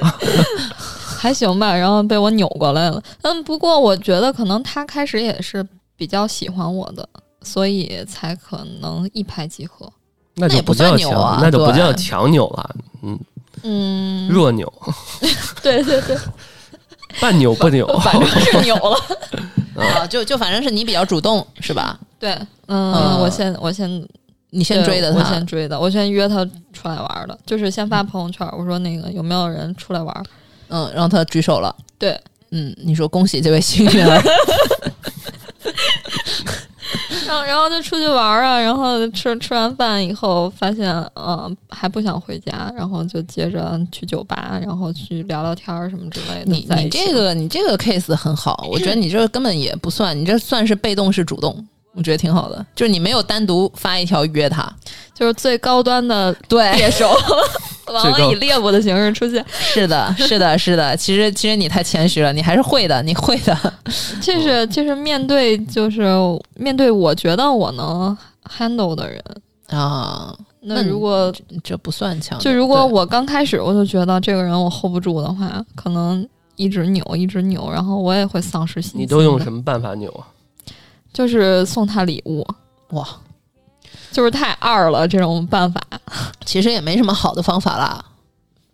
[SPEAKER 4] 还行吧，然后被我扭过来了。嗯，不过我觉得可能他开始也是比较喜欢我的，所以才可能一拍即合。
[SPEAKER 3] 那
[SPEAKER 2] 也
[SPEAKER 3] 就
[SPEAKER 2] 不
[SPEAKER 3] 叫
[SPEAKER 2] 算扭
[SPEAKER 3] 强，
[SPEAKER 2] 啊
[SPEAKER 3] 那就不
[SPEAKER 2] 对
[SPEAKER 3] 叫强扭了，嗯，
[SPEAKER 4] 嗯，
[SPEAKER 3] 弱扭、
[SPEAKER 4] 对对对，
[SPEAKER 3] 半扭不 扭。
[SPEAKER 4] 反正是扭了。
[SPEAKER 2] 啊，就就反正是你比较主动是吧？
[SPEAKER 4] 对，嗯，
[SPEAKER 2] 嗯
[SPEAKER 4] 我先我先
[SPEAKER 2] 你先
[SPEAKER 4] 对
[SPEAKER 2] 追的
[SPEAKER 4] 我
[SPEAKER 2] 他，嗯
[SPEAKER 4] 先追的，我先约他出来玩儿的，就是先发朋友圈儿，我说那个有没有人出来玩儿？
[SPEAKER 2] 嗯，让他举手了。
[SPEAKER 4] 对，
[SPEAKER 2] 嗯，你说恭喜这位幸运 儿，
[SPEAKER 4] 然后然后就出去玩儿啊，然后吃吃完饭以后发现，嗯、还不想回家，然后就接着去酒吧，然后去聊聊天儿什么之类的。
[SPEAKER 2] 你
[SPEAKER 4] 在
[SPEAKER 2] 你
[SPEAKER 4] 一起
[SPEAKER 2] 这个你这个 case 很好，我觉得你这根本也不算，你这算是被动是主动，我觉得挺好的，就是你没有单独发一条约他，
[SPEAKER 4] 就是最高端的
[SPEAKER 2] 对，
[SPEAKER 4] 猎手，往
[SPEAKER 3] 最高
[SPEAKER 4] 往以猎物的形式出现，
[SPEAKER 2] 是的，是的，是的，其实其实你太谦虚了，你还是会的，你会的，
[SPEAKER 4] 这是就是面对就是面对我觉得我能 handle 的人。
[SPEAKER 2] 啊，那
[SPEAKER 4] 那
[SPEAKER 2] 你
[SPEAKER 4] 如果
[SPEAKER 2] 这不算强的，
[SPEAKER 4] 就如果
[SPEAKER 2] 对
[SPEAKER 4] 我刚开始我就觉得这个人我 hold 不住的话，可能一直扭一直扭，然后我也会丧失信心。
[SPEAKER 3] 你都用
[SPEAKER 4] 么？
[SPEAKER 3] 什么办法扭啊？
[SPEAKER 4] 就是送他礼物，
[SPEAKER 2] 哇，
[SPEAKER 4] 就是太二了这种办法。
[SPEAKER 2] 其实也没什么好的方法啦。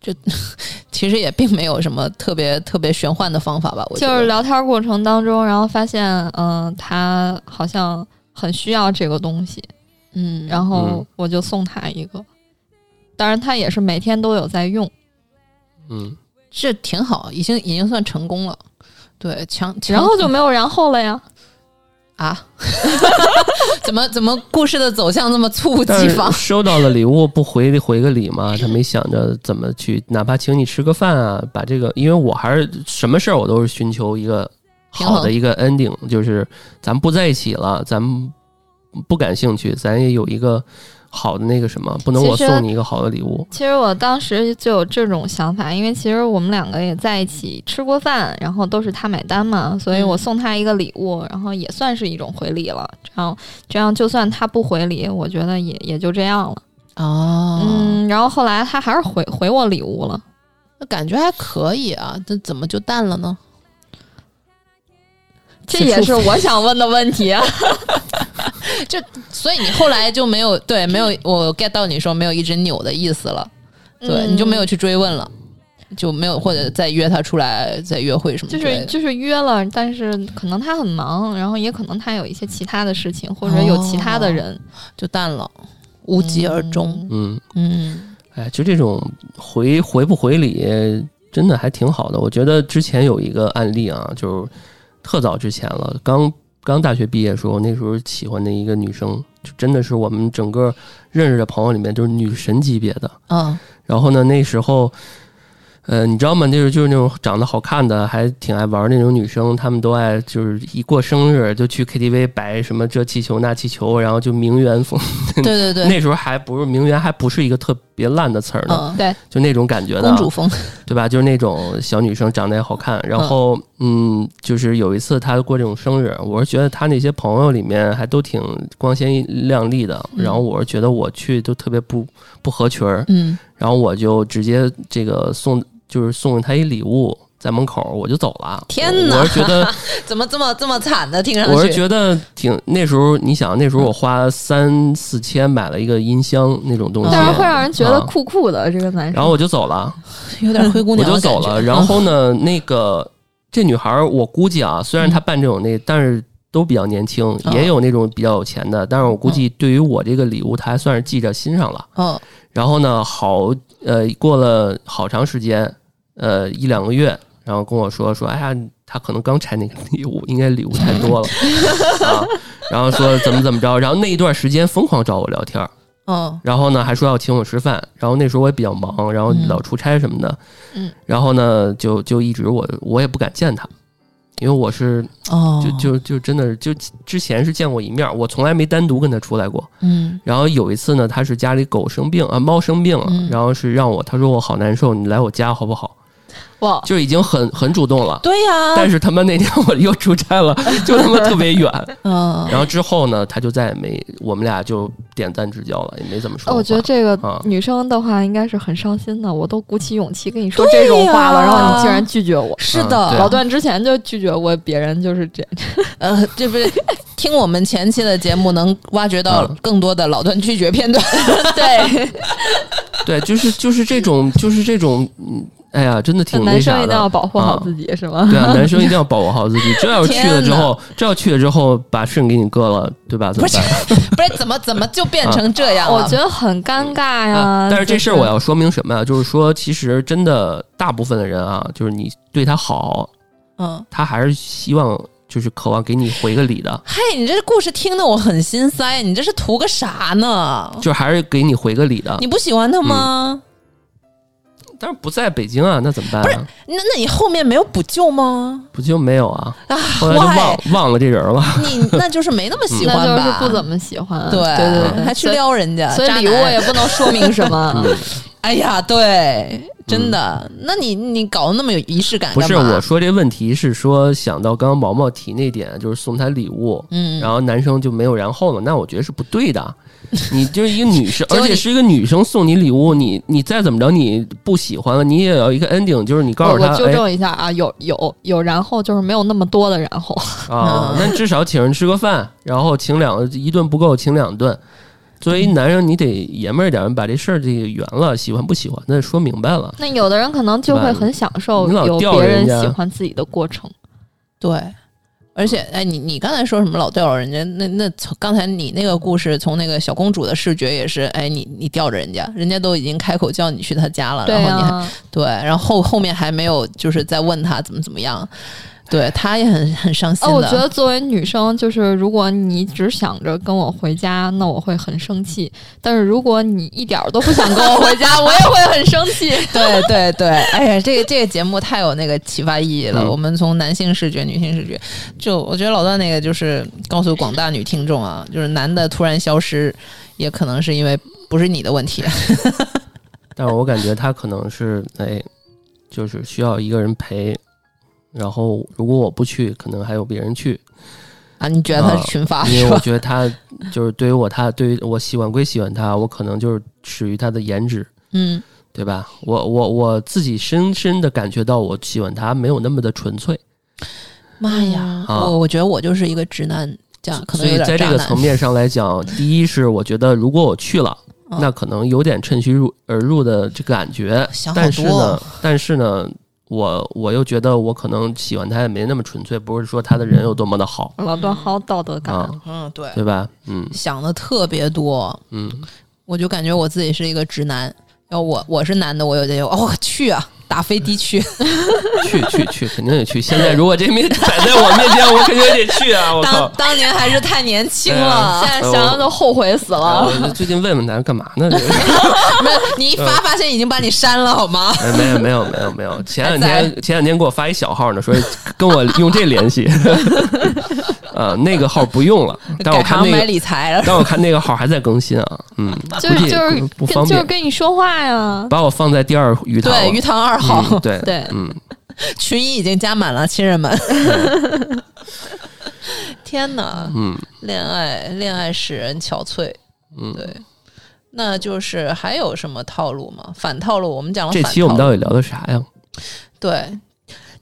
[SPEAKER 2] 这 其实也并没有什么特别特别玄幻的方法吧，我觉
[SPEAKER 4] 就
[SPEAKER 2] 得
[SPEAKER 4] 是聊天过程当中，然后发现，嗯、他好像很需要这个东西，
[SPEAKER 2] 嗯，
[SPEAKER 4] 然后
[SPEAKER 3] 嗯
[SPEAKER 4] 我就送他一个。当然，他也是每天都有在用。
[SPEAKER 3] 嗯，
[SPEAKER 2] 这挺好，已经已经算成功了。对，强，强
[SPEAKER 4] 然后就没有然后了呀，
[SPEAKER 2] 啊， 怎么 怎么故事的走向这么猝不及
[SPEAKER 3] 但是
[SPEAKER 2] 防？
[SPEAKER 3] 收到了礼物不回回个礼吗？他没想着怎么去，哪怕请你吃个饭啊，把这个，因为我还是什么事儿我都是寻求一个
[SPEAKER 2] 平衡
[SPEAKER 3] 好的一个 ending，就是咱们不在一起了，咱们不感兴趣，咱也有一个好的那个什么，不能我
[SPEAKER 4] 其实
[SPEAKER 3] 送你一个好的礼物，
[SPEAKER 4] 其实我当时就有这种想法，因为其实我们两个也在一起吃过饭，然后都是他买单嘛，所以我送他一个礼物，然后也算是一种回礼了。这样这样，就算他不回礼，我觉得也也就这样了。
[SPEAKER 2] 哦，
[SPEAKER 4] 嗯，然后后来他还是回回我礼物了，
[SPEAKER 2] 那感觉还可以啊，这怎么就淡了呢？
[SPEAKER 4] 这也是我想问的问题 啊。
[SPEAKER 2] 所以你后来就没有对没有我 get 到你说没有一直扭的意思了，对，
[SPEAKER 4] 嗯
[SPEAKER 2] 你就没有去追问了，就没有或者再约他出来再约会什么
[SPEAKER 4] 就
[SPEAKER 2] 之类
[SPEAKER 4] 是
[SPEAKER 2] 的。
[SPEAKER 4] 就是约了，但是可能他很忙，然后也可能他有一些其他的事情，或者有其他
[SPEAKER 3] 哦
[SPEAKER 4] 的人，
[SPEAKER 2] 就淡了，无疾而终。
[SPEAKER 3] 嗯。
[SPEAKER 2] 嗯，
[SPEAKER 3] 哎，就这种回回不回礼，真的还挺好的。我觉得之前有一个案例啊，就是特早之前了，刚刚大学毕业的时候，那时候喜欢的一个女生，就真的是我们整
[SPEAKER 4] 嗯
[SPEAKER 3] 个认识的朋友里面就是女神级别的。
[SPEAKER 2] 啊，
[SPEAKER 3] 然后呢，那时候呃，你知道吗？就是就是那种长得好看的，还挺爱玩那种女生，她们都爱就是一过生日就去 KTV 摆什么这气球那气球，然后就名媛风。
[SPEAKER 2] 对对对，
[SPEAKER 3] 那时候还不是名媛，还不是一个特别烂的词儿呢，
[SPEAKER 2] 嗯，
[SPEAKER 4] 对，
[SPEAKER 3] 就那种感觉的
[SPEAKER 2] 公主风，
[SPEAKER 3] 对吧？就是那种小女生长得也好看，然后嗯就是有一次她过这种生日，我是觉得她那些朋友里面还都挺光鲜亮丽的，
[SPEAKER 2] 嗯
[SPEAKER 3] 然后我是觉得我去都特别不不合群儿，
[SPEAKER 2] 嗯
[SPEAKER 3] 然后我就直接这个送就是送了她一礼物。在门口我就走了，
[SPEAKER 2] 天
[SPEAKER 3] 我
[SPEAKER 2] 哪
[SPEAKER 3] 我是 觉得，
[SPEAKER 2] 怎么这么这么惨的？听上去，
[SPEAKER 3] 我是觉得挺那时候，你想那时候我花三四千买了一个音箱那种东西，
[SPEAKER 4] 但是会让人觉得
[SPEAKER 3] 啊
[SPEAKER 4] 酷酷的、这个男生。
[SPEAKER 3] 然后我就走了，
[SPEAKER 2] 有点灰姑
[SPEAKER 3] 我
[SPEAKER 2] 娘
[SPEAKER 3] 就
[SPEAKER 2] 嗯的感觉，嗯
[SPEAKER 3] 走了。然后呢，那个这女孩，我估计啊，虽然她办这种那，但是都比较年轻，
[SPEAKER 2] 嗯
[SPEAKER 3] 也有那种比较有钱的，但是我估计对于我这个礼物，她还算是记着心上了。
[SPEAKER 2] 嗯，嗯，
[SPEAKER 3] 然后呢，好呃，过了好长时间，呃，一两个月，然后跟我说说，哎呀，她可能刚拆那个礼物，应该礼物太 多了啊。然后说怎么怎么着，然后那一段时间疯狂找我聊天儿。
[SPEAKER 2] 嗯，
[SPEAKER 3] 然后呢，还说要请我吃饭。然后那时候我也比较忙，然后
[SPEAKER 2] 嗯
[SPEAKER 3] 老出差什么的。
[SPEAKER 4] 嗯。
[SPEAKER 3] 然后呢，就就一直我我也不敢见他，因为我是
[SPEAKER 2] 哦，
[SPEAKER 3] 就就就真的是就之前是见过一面儿，我从来没单独跟他出来过。
[SPEAKER 2] 嗯
[SPEAKER 3] 然后有一次呢，他是家里狗生病啊，猫生病了，
[SPEAKER 2] 嗯
[SPEAKER 3] 然后是让我他说我好难受，你来我家好不好？
[SPEAKER 4] 哇，
[SPEAKER 3] 就已经很 很主动了。
[SPEAKER 2] 对
[SPEAKER 4] 啊
[SPEAKER 2] 呀、
[SPEAKER 3] 但是他妈那天我又出差 了，就他妈特别远。
[SPEAKER 2] 嗯，
[SPEAKER 3] 然后之后呢，他就再也没我们俩就点赞之交了，也没怎么
[SPEAKER 4] 哦
[SPEAKER 3] 说过话。
[SPEAKER 4] 我觉得这个
[SPEAKER 3] 啊
[SPEAKER 4] 女生的话应该是很伤心的，我都鼓起勇气跟你说这种话了，
[SPEAKER 2] 对呀
[SPEAKER 4] 然后你竟然拒绝我。
[SPEAKER 2] 是
[SPEAKER 3] 嗯
[SPEAKER 2] 的，
[SPEAKER 3] 对
[SPEAKER 4] 老段之前就拒绝过别人，就是 这
[SPEAKER 2] 呃，这不是听我们前期的节目能挖掘到
[SPEAKER 3] 嗯
[SPEAKER 2] 更多的老段拒绝 片段，
[SPEAKER 4] 对
[SPEAKER 3] 对，就是就是这种，就是这种，嗯，哎呀，真的挺那
[SPEAKER 4] 男生
[SPEAKER 3] 啥
[SPEAKER 4] 一定要
[SPEAKER 3] 的。
[SPEAKER 4] 保护好自己，是吗？
[SPEAKER 3] 对啊，男生一定要保护好自己。这要是去了之后，这要去了之后把肾给你割了，对吧？怎么办？哎
[SPEAKER 2] 不是怎么怎么就变成这样
[SPEAKER 4] 嗯我
[SPEAKER 2] 了？
[SPEAKER 4] 觉得很尴尬呀
[SPEAKER 3] 啊。但是这事儿
[SPEAKER 4] 呃就
[SPEAKER 3] 我要说明什么呀、就是说，其实真的大部分的人啊，就是你对他好，
[SPEAKER 2] 嗯，
[SPEAKER 3] 他还是希望就是渴望给你回个礼的，
[SPEAKER 2] 嗨，你这故事听得我很心塞，你这是图个啥呢？
[SPEAKER 3] 就是还是给你回个礼的。
[SPEAKER 2] 你不喜欢他
[SPEAKER 4] 嗯
[SPEAKER 2] 吗？
[SPEAKER 3] 但是不在北京啊，那怎么办、啊？
[SPEAKER 2] 那那你后面没有补救吗？
[SPEAKER 3] 不就没有啊？
[SPEAKER 2] 啊，
[SPEAKER 3] 后来就忘
[SPEAKER 2] 喂
[SPEAKER 3] 忘了这人了。
[SPEAKER 2] 你那就是没那么喜
[SPEAKER 4] 那
[SPEAKER 2] 欢
[SPEAKER 4] 就是
[SPEAKER 2] 吧？
[SPEAKER 4] 不怎么喜欢。
[SPEAKER 2] 对
[SPEAKER 4] 对对，
[SPEAKER 2] 还去撩人家，
[SPEAKER 4] 所以，所
[SPEAKER 2] 渣
[SPEAKER 4] 以礼物
[SPEAKER 2] 男
[SPEAKER 4] 也不能说明什么。啊
[SPEAKER 3] 嗯
[SPEAKER 2] 哎呀，对，真的，
[SPEAKER 4] 嗯
[SPEAKER 2] 那你你搞得那么有仪式感
[SPEAKER 3] 不
[SPEAKER 2] 干嘛？
[SPEAKER 3] 是我说这问题是说想到刚刚毛毛提那点，就是送她礼物，
[SPEAKER 2] 嗯，
[SPEAKER 3] 然后男生就没有然后了，那我觉得是不对的。你就是一个女生，
[SPEAKER 2] 结
[SPEAKER 3] 而
[SPEAKER 2] 果你
[SPEAKER 3] 且是一个女生送你礼物，你你再怎么着你不喜欢了，你也要一个 ending，就是你告
[SPEAKER 4] 我
[SPEAKER 3] 诉
[SPEAKER 4] 我
[SPEAKER 3] 她，
[SPEAKER 4] 纠
[SPEAKER 3] 哎
[SPEAKER 4] 正一下啊，有有有，然后就是没有那么多的然后。
[SPEAKER 3] 啊
[SPEAKER 2] 嗯，
[SPEAKER 3] 那至少请人吃个饭，然后请两一顿不够，请两顿。作为男人，你得爷们儿点儿，把这事儿这个圆了，喜欢不喜欢，那得说明白了。
[SPEAKER 4] 那有的人可能就会很享受
[SPEAKER 3] 你老
[SPEAKER 4] 有
[SPEAKER 3] 吊
[SPEAKER 4] 别
[SPEAKER 3] 人
[SPEAKER 4] 人
[SPEAKER 3] 家
[SPEAKER 4] 喜欢自己的过程。
[SPEAKER 2] 对。而且，哎，你你刚才说什么老吊着人家？那那从刚才你那个故事，从那个小公主的视觉也是，哎，你你吊着人家，人家都已经开口叫你去他家了，
[SPEAKER 4] 对
[SPEAKER 2] 然后你还
[SPEAKER 4] 啊，
[SPEAKER 2] 对，然后后后面还没有就是在问他怎么怎么样，对，他也很很伤心
[SPEAKER 4] 哦，
[SPEAKER 2] 的。
[SPEAKER 4] 我 觉得作为女生，就是如果你只想着跟我回家，那我会很生气；但是如果你一点儿都不想跟我回家， 我也会很生气。
[SPEAKER 2] 对对对，哎呀，这个这个节目太有那个启发意义了。
[SPEAKER 3] 嗯
[SPEAKER 2] 我们从男性视觉、女性视觉，就我觉得老段那个就是告诉广大女听众啊，就是男的突然消失，也可能是因为不是你的问题。
[SPEAKER 3] 但是我感觉他可能是哎，就是需要一个人陪。然后如果我不去，可能还有别人去，
[SPEAKER 2] 啊，你觉得他
[SPEAKER 3] 啊
[SPEAKER 2] 是群发、
[SPEAKER 3] 因
[SPEAKER 2] 是
[SPEAKER 3] 为我
[SPEAKER 2] 吧？
[SPEAKER 3] 觉 得他就是对于我他，对于我喜欢归喜欢他，我可能就是始于他的颜值，
[SPEAKER 2] 嗯
[SPEAKER 3] 对吧？我我我自己深深的感觉到我喜欢他没有那么的纯粹，
[SPEAKER 2] 妈呀，
[SPEAKER 3] 啊
[SPEAKER 2] 我我觉得我就是一个直男，这啊样可
[SPEAKER 3] 所
[SPEAKER 2] 能
[SPEAKER 3] 以
[SPEAKER 2] 有点
[SPEAKER 3] 在这
[SPEAKER 2] 渣
[SPEAKER 3] 个
[SPEAKER 2] 男
[SPEAKER 3] 层。面上 来讲，第一是我觉得如果我去了，
[SPEAKER 2] 嗯
[SPEAKER 3] 那可能有点趁虚入而入的这个感觉
[SPEAKER 2] 想，好
[SPEAKER 3] 但是
[SPEAKER 2] 多
[SPEAKER 3] 呢
[SPEAKER 2] 哦，
[SPEAKER 3] 但是呢。我我又觉得我可能喜欢他也没那么纯粹，不是说他的人有多么的好，
[SPEAKER 4] 老段好有道德感啊，
[SPEAKER 3] 啊，
[SPEAKER 2] 嗯，对，
[SPEAKER 3] 对吧？嗯
[SPEAKER 2] 想的特别多，
[SPEAKER 3] 嗯，
[SPEAKER 2] 哎我就感觉我自己是一个直男。要我我是男的，我有得有哦我去啊，打飞的 去，
[SPEAKER 3] 去去去，肯定得去。现在如果这面摆在我面前，我肯定得去啊！我靠
[SPEAKER 2] 当！当年还是太年轻
[SPEAKER 3] 啊
[SPEAKER 2] 了
[SPEAKER 4] 现。在想想都后悔死
[SPEAKER 3] 啊
[SPEAKER 4] 了。
[SPEAKER 3] 我就最近问问咱干嘛呢？这个
[SPEAKER 2] 没有你一
[SPEAKER 3] 嗯
[SPEAKER 2] 发发现已经把你删了好吗？
[SPEAKER 3] 哎没有没有没有没有，前两
[SPEAKER 2] 还
[SPEAKER 3] 天前两天给我发一小号呢，说跟我用这联系， 啊，那个号不用了，但
[SPEAKER 2] 改
[SPEAKER 3] 我看
[SPEAKER 2] 行
[SPEAKER 3] 那
[SPEAKER 2] 买
[SPEAKER 3] 个，
[SPEAKER 2] 理财了。
[SPEAKER 3] 但我看那个号还在更新啊，嗯，
[SPEAKER 4] 就
[SPEAKER 3] 估
[SPEAKER 4] 是
[SPEAKER 3] 计
[SPEAKER 4] 就是
[SPEAKER 3] 不不
[SPEAKER 4] 跟
[SPEAKER 3] 方
[SPEAKER 4] 就是
[SPEAKER 3] 便，
[SPEAKER 4] 跟你说话呀，
[SPEAKER 3] 把我放在第二鱼塘了，
[SPEAKER 2] 对，鱼塘二号、
[SPEAKER 3] 嗯对
[SPEAKER 4] 对
[SPEAKER 3] 嗯，
[SPEAKER 2] 群已经加满了，亲人们。天哪，
[SPEAKER 3] 嗯，
[SPEAKER 2] 恋爱恋爱使人憔悴，
[SPEAKER 3] 嗯
[SPEAKER 2] 对。那就是还有什么套路吗？反套路，我们讲了
[SPEAKER 3] 这
[SPEAKER 2] 反
[SPEAKER 3] 期我们
[SPEAKER 2] 套路
[SPEAKER 3] 到底聊的啥呀？
[SPEAKER 2] 对，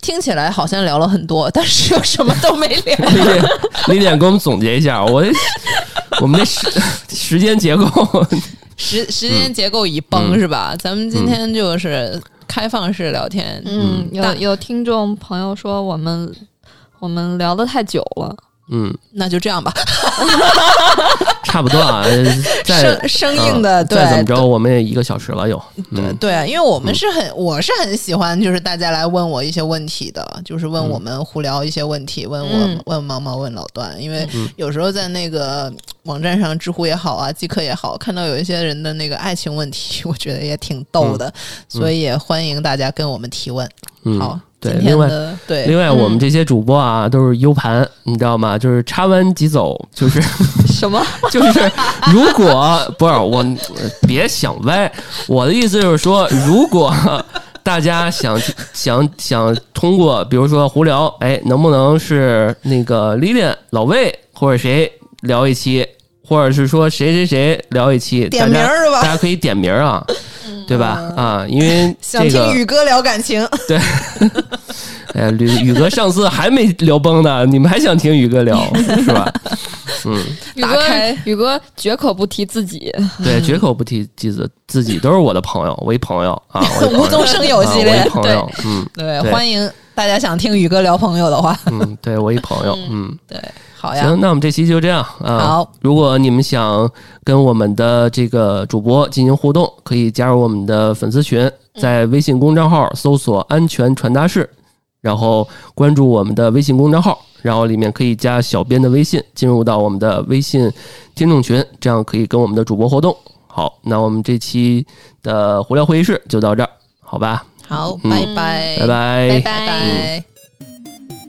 [SPEAKER 2] 听起来好像聊了很多，但是又什么都没聊。
[SPEAKER 3] 李点李点给我们总结一下，我这我们这时 时间结构，
[SPEAKER 2] 时时间结构已崩、
[SPEAKER 3] 嗯
[SPEAKER 2] 是吧？咱们今天就是开放式聊天，
[SPEAKER 4] 嗯，有
[SPEAKER 2] 大
[SPEAKER 4] 有听众朋友说我们我们聊的太久了，
[SPEAKER 3] 嗯，
[SPEAKER 2] 那就这样吧，
[SPEAKER 3] 差不 多啊，再
[SPEAKER 2] 生生硬的、
[SPEAKER 3] 啊
[SPEAKER 2] 对
[SPEAKER 3] 再怎么着，我们也一个小时了又，
[SPEAKER 2] 对
[SPEAKER 3] 嗯
[SPEAKER 2] 对啊，因为我们是很，我是很喜欢，就是大家来问我一些问题的，就是
[SPEAKER 3] 嗯
[SPEAKER 2] 问我们胡聊一些问题，问我、
[SPEAKER 4] 嗯
[SPEAKER 2] 问毛毛问老段，因为
[SPEAKER 3] 嗯
[SPEAKER 2] 有时候在那个网站上，知乎也好啊，即刻也好，看到有一些人的那个爱情问题， 我觉得也挺逗的，所以也欢迎大家跟我们提问。
[SPEAKER 3] 嗯，
[SPEAKER 2] 好，
[SPEAKER 3] 对，
[SPEAKER 2] 今
[SPEAKER 3] 另
[SPEAKER 2] 天
[SPEAKER 3] 外。
[SPEAKER 2] 的对嗯
[SPEAKER 3] 另外，我们这些主播啊，都是 U 盘，你知道吗？就是插完即走，就是
[SPEAKER 4] 什么？
[SPEAKER 3] 就是，如果不是我，呃别想歪。我的意思就是说，如果大家想想想通过，比如说胡聊，哎，能不能是那个 Lilian 老魏或者谁聊一期，或者是说谁谁谁聊一期，
[SPEAKER 2] 点名
[SPEAKER 3] 大家
[SPEAKER 2] 儿是吧嗯
[SPEAKER 3] 大家可以点名儿啊，对吧？啊，因为
[SPEAKER 2] 想
[SPEAKER 3] 这个
[SPEAKER 2] 听宇哥聊感情，
[SPEAKER 3] 哎，吕宇哥上次还没聊崩呢，你们还想听宇 哥聊是吧？嗯，
[SPEAKER 4] 宇
[SPEAKER 2] 打
[SPEAKER 4] 哥
[SPEAKER 2] 开，
[SPEAKER 4] 宇哥绝口不提自己，
[SPEAKER 3] 对，绝口不提自己，自己都是我的朋友，我一朋友啊，我一朋友
[SPEAKER 2] 无中生有
[SPEAKER 3] 啊
[SPEAKER 2] 系
[SPEAKER 3] 我
[SPEAKER 2] 列
[SPEAKER 3] 一，朋友，嗯
[SPEAKER 2] 对，
[SPEAKER 3] 对
[SPEAKER 2] 欢迎大家想听宇哥聊朋友的话，
[SPEAKER 3] 嗯，对我一朋友，嗯，
[SPEAKER 2] 对，好呀，
[SPEAKER 3] 行，那我们这期就这样啊。
[SPEAKER 2] 好，
[SPEAKER 3] 如果你们想跟我们的这个主播进行互动，可以加入我们的粉丝群，在微信公众号搜索“安全传达室”，然后关注我们的微信公众号，然后里面可以加小编的微信，进入到我们的微信听众群，这样可以跟我们的主播互动。好，那我们这期的胡聊会议室就到这儿，好吧？
[SPEAKER 2] 好，
[SPEAKER 3] 嗯
[SPEAKER 2] 拜拜，
[SPEAKER 3] 拜拜
[SPEAKER 4] 拜
[SPEAKER 2] 哎拜拜。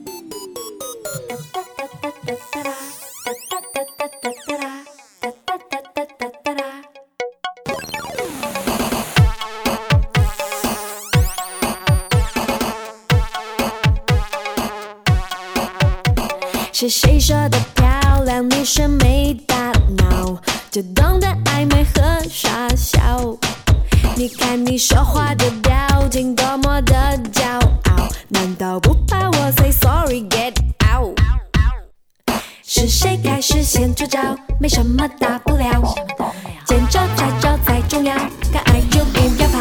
[SPEAKER 1] 是谁说的漂亮？女生没大脑，就懂得暧昧和傻笑。你看你说话的表情多么的骄傲，难道不怕我 say sorry get out？是谁开始先出招？没什么大不了，见招拆招才重要，敢爱就不要跑。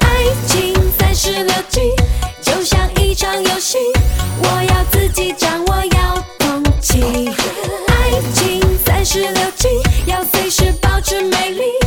[SPEAKER 1] 爱情三十六计，就像一场游戏，我要自己掌握，要勇气。爱情三十六计，要随时保持美丽，